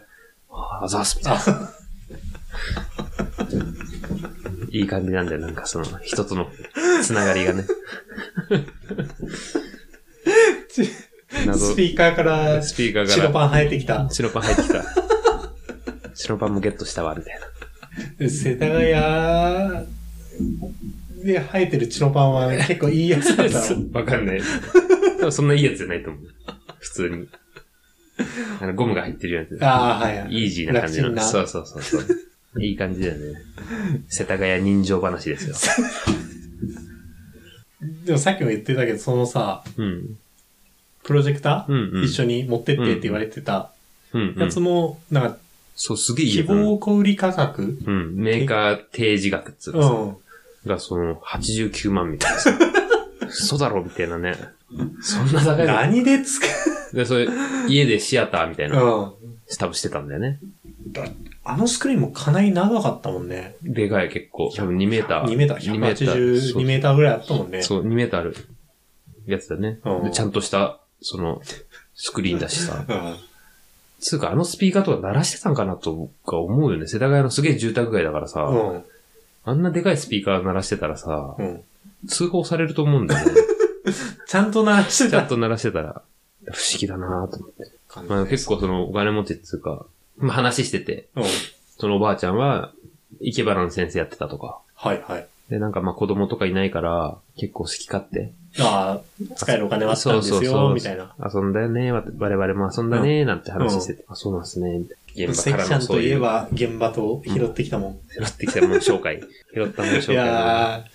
Speaker 2: あざーす、みたい な。いい感じなんだよ、なんかその、人とのつながりがね。
Speaker 1: ち
Speaker 2: 謎、
Speaker 1: ス
Speaker 2: スピ
Speaker 1: ピーカーから、
Speaker 2: ーカーから
Speaker 1: 白、パン生えてきた。
Speaker 2: 白パン入ってきた。白パンもゲットしたわ、みたいな。
Speaker 1: 世田谷で生えてるチノパンは結構いいやつ なんだろう。
Speaker 2: わかんない。多分そんないいやつじゃないと思う。普通に。あの、ゴムが入ってるや
Speaker 1: ああ、はいは
Speaker 2: つ。
Speaker 1: い。
Speaker 2: イージーな感じ
Speaker 1: 楽
Speaker 2: の。
Speaker 1: ちんな
Speaker 2: そうそうそうそう。いい感じだよね。世田谷人情話ですよ。
Speaker 1: でもさっきも言ってたけど、そのさ、
Speaker 2: うん。
Speaker 1: プロジェクタ
Speaker 2: うん
Speaker 1: ー、
Speaker 2: うん。
Speaker 1: 一緒に持ってってって言われてた
Speaker 2: うんうん
Speaker 1: やつも、なんか、
Speaker 2: そう、すげえいい
Speaker 1: 希
Speaker 2: よ。
Speaker 1: 望小売価格
Speaker 2: うん。メーカー提示額っつう
Speaker 1: う
Speaker 2: の
Speaker 1: ん。
Speaker 2: さが、その、89万みたいなさ。嘘だろみたいなね。そんな高いの
Speaker 1: 何で使
Speaker 2: で、それ、家でシアターみたいうな、
Speaker 1: う
Speaker 2: 多分してたんだよね。
Speaker 1: ん。だあのスクリーンもかなり長かったもんね。
Speaker 2: でかい結構。多分2メーター。
Speaker 1: 2メーター、
Speaker 2: 2メータ
Speaker 1: 180、2メーターぐらいあったもんね。
Speaker 2: そう、2メーターあるやつだね。
Speaker 1: うん
Speaker 2: で、ちゃんとした、その、スクリーンだしさ。
Speaker 1: うん。
Speaker 2: つうか、あのスピーカーとか鳴らしてたんかなとか思うよね。世田谷のすげえ住宅街だからさ、
Speaker 1: うん。
Speaker 2: あんなでかいスピーカー鳴らしてたらさ、
Speaker 1: うん。
Speaker 2: 通報されると思うんだよね。
Speaker 1: ちゃんと鳴らして
Speaker 2: ちゃ
Speaker 1: た
Speaker 2: んと鳴らしてたら、不思議だなぁと思って。
Speaker 1: 感
Speaker 2: まあ、結構その、お金持ちっつうか、まあ、話してて、
Speaker 1: うん。
Speaker 2: そのおばあちゃんは、生け花の先生やってたとか。
Speaker 1: はいはい。
Speaker 2: で、なんかまあ子供とかいないから、結構好き勝手。
Speaker 1: ああ、使えるお金はあったんですよ、
Speaker 2: そうそうそう
Speaker 1: みたいな。
Speaker 2: 遊んだよね、わ我々も遊んだね、なんて話してて、あ、そうなんですね、みたいな現場
Speaker 1: 関
Speaker 2: から
Speaker 1: ちゃ
Speaker 2: の
Speaker 1: ん
Speaker 2: そ
Speaker 1: と
Speaker 2: う
Speaker 1: い
Speaker 2: い
Speaker 1: え
Speaker 2: う、
Speaker 1: ば現場と拾ってきたもん。
Speaker 2: 拾ってきたもの紹介、拾ったもの紹
Speaker 1: い
Speaker 2: 介の。
Speaker 1: や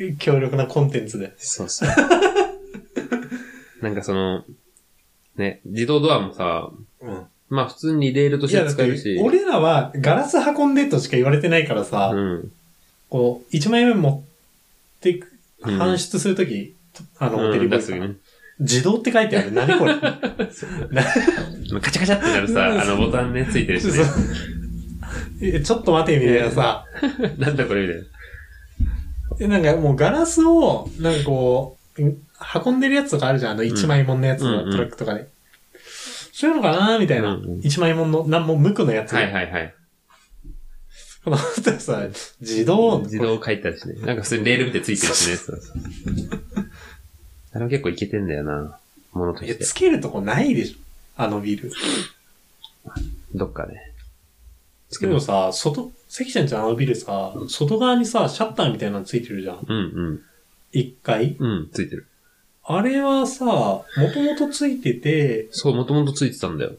Speaker 1: ー、強力なコンテンツで。
Speaker 2: そうそう。 なんかその、ね、自動ドアもさ、
Speaker 1: うん。
Speaker 2: まあ普通にレールと
Speaker 1: い
Speaker 2: し
Speaker 1: や、
Speaker 2: て
Speaker 1: だっ
Speaker 2: 使える
Speaker 1: て
Speaker 2: し、、
Speaker 1: 俺らはガラス運んでとしか言われてないからさ、
Speaker 2: うん。
Speaker 1: こう、1枚目持ってく、
Speaker 2: うん
Speaker 1: 搬出するとき、あの、ホテ
Speaker 2: う
Speaker 1: ル
Speaker 2: ん、
Speaker 1: ボ
Speaker 2: 出
Speaker 1: ーイ
Speaker 2: す
Speaker 1: さ
Speaker 2: よね。
Speaker 1: 自動って書いてある。何これ。
Speaker 2: カチャカチャってなる
Speaker 1: うん
Speaker 2: さ、あのボタンね、ついてる し
Speaker 1: そう
Speaker 2: ね。
Speaker 1: えちょっと待て、みたいなさ。
Speaker 2: なんだこれみたいな。
Speaker 1: えなんかもうガラスを、なんかこう、ん運んでるやつとかあるじゃん。あの、1枚もんのやつ
Speaker 2: うん
Speaker 1: の
Speaker 2: うん
Speaker 1: トラックとかで。そういうのかなみたいな
Speaker 2: うんうん。
Speaker 1: 一枚もんの、なんも無垢のやつ。
Speaker 2: はいはいはい。
Speaker 1: この人さ、自動、
Speaker 2: 自動書いてあるしね。なんか普通にレール見てついてるしね。そうそうあれは結構いけてんだよな。ものと
Speaker 1: い
Speaker 2: し
Speaker 1: や、
Speaker 2: て
Speaker 1: つ。けるとこないでしょ。あのビル。
Speaker 2: どっかで。つけ
Speaker 1: で
Speaker 2: ま
Speaker 1: も
Speaker 2: す。
Speaker 1: さ、外、関ちゃんちゃんあのビルさ、外側にさ、シャッターみたいなのついてるじゃん。
Speaker 2: うん
Speaker 1: 一階。
Speaker 2: うん。うん、ついてる。
Speaker 1: あれはさ、もともとついてて、
Speaker 2: そう、もともとついてたんだよ。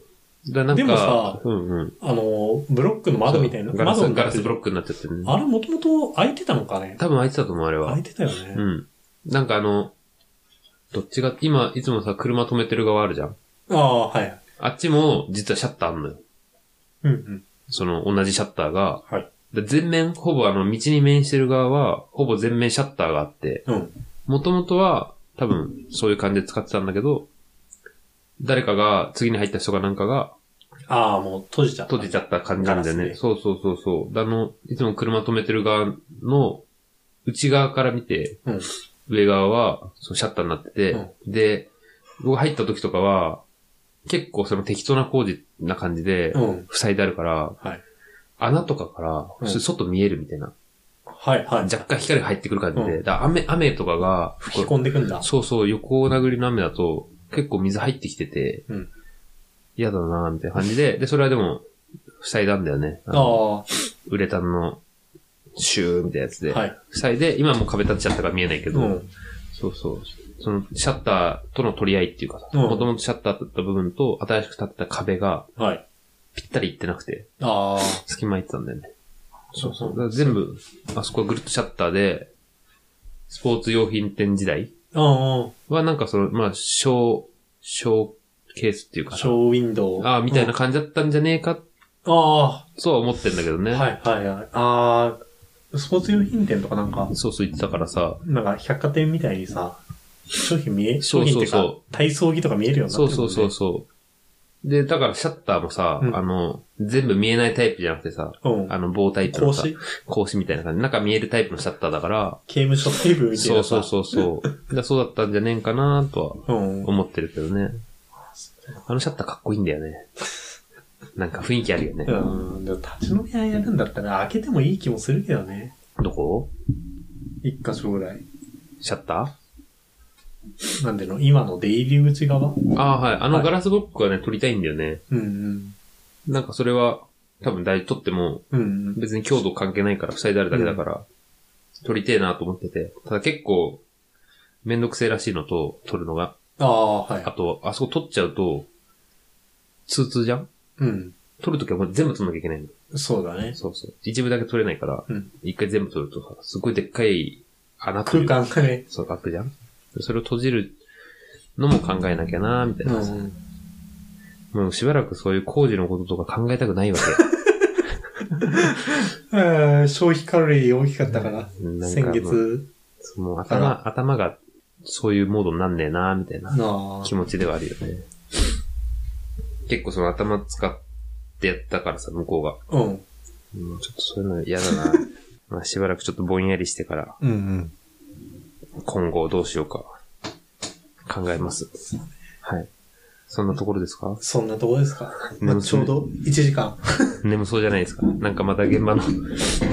Speaker 2: だなんか、
Speaker 1: でもさ
Speaker 2: うんうん。
Speaker 1: あの、ブロックの窓みたいな。
Speaker 2: そうガラ
Speaker 1: 窓
Speaker 2: ス、
Speaker 1: に
Speaker 2: ガ
Speaker 1: な
Speaker 2: ラ
Speaker 1: って
Speaker 2: ス
Speaker 1: る
Speaker 2: ブロックになっちゃってるね。
Speaker 1: あれもともと開いてたのかね
Speaker 2: 多分開いてたと思う、あれ
Speaker 1: 開
Speaker 2: は。
Speaker 1: いてたよ
Speaker 2: う
Speaker 1: ね。
Speaker 2: ん。なんかあの、どっちが、今、いつもさ、車止めてる側あるじゃん。
Speaker 1: ああ、はい。
Speaker 2: あっちも、実はシャッターあんのよ。
Speaker 1: うんうん。
Speaker 2: その、同じシャッターが。
Speaker 1: はい
Speaker 2: で。全面、ほぼあの、道に面してる側は、ほぼ全面シャッターがあって、
Speaker 1: うん。
Speaker 2: もともとは、多分、そういう感じで使ってたんだけど、誰かが、次に入った人がなんかが、
Speaker 1: ああ、もう閉じちゃった。
Speaker 2: 閉じちゃった感じなんだよ
Speaker 1: ガラス
Speaker 2: ね。
Speaker 1: で
Speaker 2: そうそうそうそう。であの、いつも車止めてる側の内側から見て、
Speaker 1: うん
Speaker 2: 上側はそのシャッターになってて、で、僕が入った時とかは、結構その適当な工事な感じで、
Speaker 1: うん。
Speaker 2: 塞いであるから、
Speaker 1: はい
Speaker 2: 穴とかから、
Speaker 1: うん
Speaker 2: 普通外見えるみたいな。
Speaker 1: はいはい。
Speaker 2: 若干光が入ってくる感じで、
Speaker 1: う
Speaker 2: だから雨、雨とかが、
Speaker 1: 吹き込んでくんだ。
Speaker 2: そうそう、横を殴りの雨だと、結構水入ってきてて、
Speaker 1: うん
Speaker 2: 嫌だなぁみたいな感じで、で、それはでも、塞いだんだよね。あ
Speaker 1: あ
Speaker 2: の
Speaker 1: あ、は
Speaker 2: ウレタンの、シューみたいなやつで、
Speaker 1: い。
Speaker 2: 塞いで、今もう壁立っちゃったから見えないけ
Speaker 1: う
Speaker 2: ど、
Speaker 1: ん。
Speaker 2: そうそう。その、シャッターとの取り合いっていうかさ、
Speaker 1: うん
Speaker 2: もともとシャッターだった部分と、新しく立ってた壁が、
Speaker 1: はい。
Speaker 2: ぴったり行ってなくて、
Speaker 3: ああ。
Speaker 2: 隙間空いてたんだよね。
Speaker 3: そうそ
Speaker 2: だ
Speaker 3: う。
Speaker 2: から全部、あそこはぐるっとシャッターで、スポーツ用品店時代
Speaker 3: あ
Speaker 2: はなんかその、まあ、ショー、ショーケースっていうか
Speaker 1: シ
Speaker 2: さ、
Speaker 1: ョーウィンドウ。
Speaker 2: ああ、みたいな感じだったんじゃねえか
Speaker 3: あ。あ
Speaker 2: とは思ってんだけどね。
Speaker 3: あ。はいはいはい。あ
Speaker 1: あ、スポーツ用品店とかなんか、
Speaker 2: そうそう言ってたからさ、
Speaker 1: なんか百貨店みたいにさ、商品見え、
Speaker 2: そ
Speaker 1: 商
Speaker 2: う
Speaker 1: 品って
Speaker 2: そうそう
Speaker 1: いうか、体操着とか見えるようにな
Speaker 2: そ
Speaker 1: っ
Speaker 2: う
Speaker 1: てる
Speaker 2: そ
Speaker 1: もん
Speaker 2: う
Speaker 1: ね
Speaker 2: そうそう。で、だからシャッターもさ、
Speaker 1: うん
Speaker 2: あの、全部見えないタイプじゃなくてさ、
Speaker 1: うん。
Speaker 2: あの棒タイプの
Speaker 1: 格
Speaker 2: さ、
Speaker 1: 子
Speaker 2: 格子みたいな感じ。中見えるタイプのシャッターだから、
Speaker 1: 刑務所テーブみたい
Speaker 2: そ
Speaker 1: な
Speaker 2: う
Speaker 1: さ。
Speaker 2: そうそうそう。だそうだったんじゃねえんかなとは
Speaker 1: うん。
Speaker 2: 思ってるけどね。あのシャッターかっこいいんだよ ね。なんか雰囲気あるよね。
Speaker 1: うん。でも立ち飲み屋やるんだったら開けてもいい気もするけどね。
Speaker 2: どこ
Speaker 1: 一箇所ぐらい。
Speaker 2: シャッタ
Speaker 1: なんでの今の出入り口側
Speaker 2: ーああ、はい。あの
Speaker 1: はい
Speaker 2: ガラスブロックはね、撮りたいんだよね。
Speaker 1: うんうん。
Speaker 2: なんかそれは、多分大撮っても、
Speaker 1: うんうん。
Speaker 2: 別に強度関係ないから、塞いであるだけだから、撮りてえなと思ってて。ただ結構、めんどくせえらしいのと、撮るのが。
Speaker 1: ああ、はい
Speaker 2: あ。と、あそこ撮っちゃうと、通通じゃん
Speaker 1: うん。
Speaker 2: 撮るときはもう全部撮んなきゃいけないの。
Speaker 1: そうだね。
Speaker 2: そうそう。一部だけ撮れないから
Speaker 1: うん、
Speaker 2: 一、回全部撮るとさ、すごいでっかい穴とい
Speaker 1: 空
Speaker 2: うか
Speaker 1: 間がね。
Speaker 2: そう、開くじゃんそれを閉じるのも考えなきゃなみたいな、
Speaker 1: うん。
Speaker 2: もうしばらくそういう工事のこととか考えたくないわ
Speaker 1: うん消費カロリー大きかったから。
Speaker 2: け。なんか
Speaker 1: 先
Speaker 2: もう
Speaker 1: 月。
Speaker 2: もう
Speaker 1: か
Speaker 2: 頭、頭がそういうモードになんねえなみたいな
Speaker 1: な
Speaker 2: 気持ちではあるよね。結構その頭使ってやったからさ、向こうが。
Speaker 1: あ。うん。
Speaker 2: うんちょっとそういうの嫌だ なまあしばらくちょっとぼんやりしてから、
Speaker 1: うんうん。
Speaker 2: 今後どうしようか、考えます。はい。そんなところですか
Speaker 1: そんなとこですか。まあ、
Speaker 2: 眠
Speaker 1: ち
Speaker 2: そう
Speaker 1: ょうど1時間。
Speaker 2: 眠そうじゃないですか。なんかまた現場の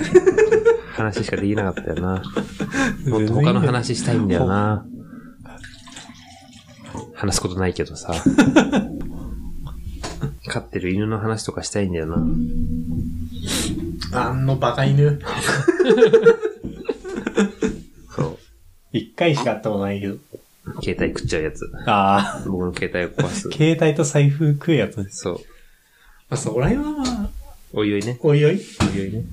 Speaker 2: 話しかできなかったよな。もっと他の話したいんだよ な。話すことないけどさ。飼ってる犬の話とかしたいんだよな。
Speaker 1: あんのバカ犬。
Speaker 2: そう。
Speaker 1: 一回しか会ったことないけど。
Speaker 2: 携帯食っちゃうやつ。
Speaker 1: ああ。。
Speaker 2: 僕の携帯を壊す
Speaker 1: 携帯と財布食うやつです。
Speaker 2: そう。
Speaker 1: まあ、そこら辺はまあ、
Speaker 2: おいおいね。
Speaker 1: おいおい。
Speaker 2: おいおいね。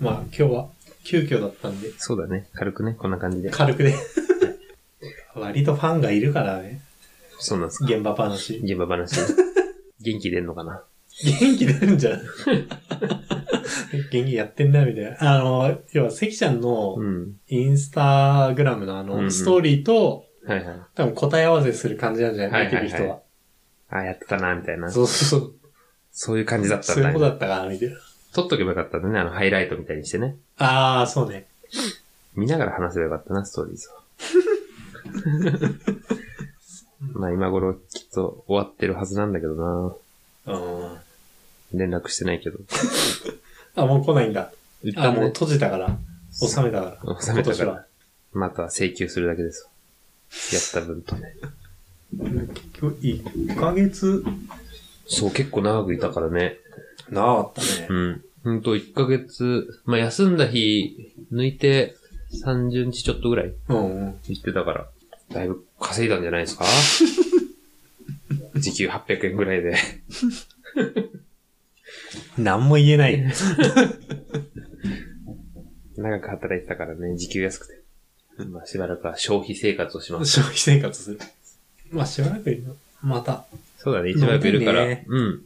Speaker 1: まあ、今日は急遽だったんで、
Speaker 2: そうだね。軽くね。こんな感じで。
Speaker 1: 軽くで。 割とファンがいるからね。
Speaker 2: そうなんですか。
Speaker 1: 現場話。
Speaker 2: 現場話。元気出んのかな
Speaker 1: 元気出るんじゃん。 元気やってんな、みたいな。あの、要は、関ちゃんの
Speaker 2: うん。
Speaker 1: インスタグラムのあ
Speaker 2: うんう
Speaker 1: の、
Speaker 2: ん
Speaker 1: ストーリーと、
Speaker 2: はいはい。
Speaker 1: 多分答え合わせする感じなんじゃない
Speaker 2: はいはいはい
Speaker 1: 見てる人は。
Speaker 2: ああ、やってたな、みたいな。
Speaker 1: そうそうそう。
Speaker 2: そういう感じだったん
Speaker 1: そうい
Speaker 2: だ
Speaker 1: う
Speaker 2: ね
Speaker 1: ことだったから、みたいな。
Speaker 2: 撮っとけばよかったんだね。あの、ハイライトみたいにしてね。
Speaker 1: ああ、そうね。
Speaker 2: 見ながら話せばよかったな、ストーリーズは。 まあ今頃きっと終わってるはずなんだけどな。
Speaker 1: うん。
Speaker 2: 連絡してないけど。
Speaker 1: あ、もう来ないんだ。
Speaker 2: 一
Speaker 1: あ、
Speaker 2: 旦
Speaker 1: もう
Speaker 2: ね、
Speaker 1: 閉じたから。収めたから。
Speaker 2: 収めたか
Speaker 1: 今
Speaker 2: ら。また請求するだけですわ。やった分とね。
Speaker 1: 年は。結局、1ヶ月
Speaker 2: そう、結構長くいたからね。
Speaker 1: なかったね
Speaker 2: う。ん。ほんと1ヶ月、まあ休んだ日抜いて30日ちょっとぐらい
Speaker 1: うんうん。
Speaker 2: 行ってたから。だいぶ稼いだんじゃないですか 時給800円ぐらいで。
Speaker 1: 何も言え ない。
Speaker 2: 長く働いてたからね、時給安くて。まあ、しばらくは消費生活をします。
Speaker 1: 消費生活する。まあ、しばらくいるの。また。
Speaker 2: そうだね、しばらくいるから。
Speaker 1: 飲んでね
Speaker 2: うん。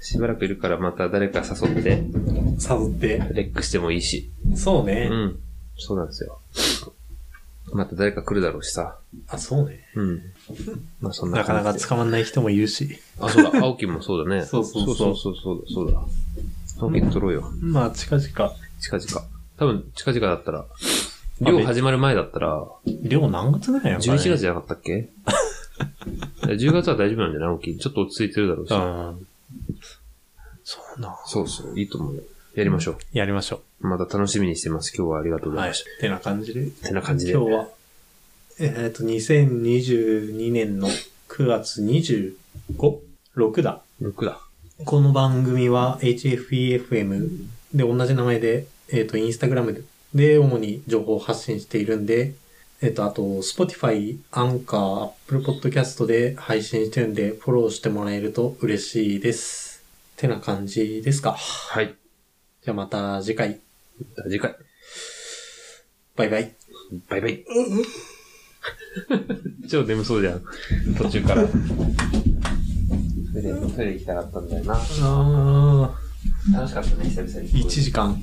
Speaker 2: しばらくいるから、また誰か誘って、
Speaker 1: 誘って。
Speaker 2: レックしてもいいし。
Speaker 1: そう
Speaker 2: う
Speaker 1: ね。
Speaker 2: ん。そうなんですよ。また誰か来るだろうしさ。
Speaker 1: あ、そうね。
Speaker 2: うん。まあ、そんな
Speaker 1: なかな
Speaker 2: 感
Speaker 1: か
Speaker 2: じで。
Speaker 1: 捕まんない人もいるし。
Speaker 2: あ、そうだ、青木も そうだね。
Speaker 1: そうそうそう
Speaker 2: そうそうそうそうだ。青木取ろうよ。
Speaker 1: まあ、近々。
Speaker 2: 近々。多分、近々だったら、寮始まる前だったら、
Speaker 1: 量何月ぐらいやろうかね
Speaker 2: 11月じゃなかったっけ ?10 月は大丈夫なんじゃない大きい。ちょっと落ち着いてるだろうし。
Speaker 1: うん。そうな。
Speaker 2: そうそう、いいと思うよ。やりましょ
Speaker 1: やりましょ
Speaker 2: う。また楽しみにしてます。今日はありがとう
Speaker 1: う。
Speaker 2: ござ
Speaker 1: はいい
Speaker 2: まし。
Speaker 1: てな感じで。
Speaker 2: た。てな感じで。
Speaker 1: 今日は、えっ、と、2022年の9月25、6だ。
Speaker 2: 6だ。
Speaker 1: この番組は HFEFM で同じ名前で、えっ、と、インスタグラムで主に情報を発信しているんで、えっと、あと、Spotify、アンカー、Apple Podcast で配信してるんで、フォローしてもらえると嬉しいです。てな感じですか。
Speaker 2: はい。
Speaker 1: じゃあまた次回。
Speaker 2: また次回。
Speaker 1: バイバイ。
Speaker 2: バイバイ。 超眠そうじゃん。途中から。それで、トイレ行きたかったんだよな。
Speaker 1: あ
Speaker 2: 楽しかったね、久々に。
Speaker 1: 1時間。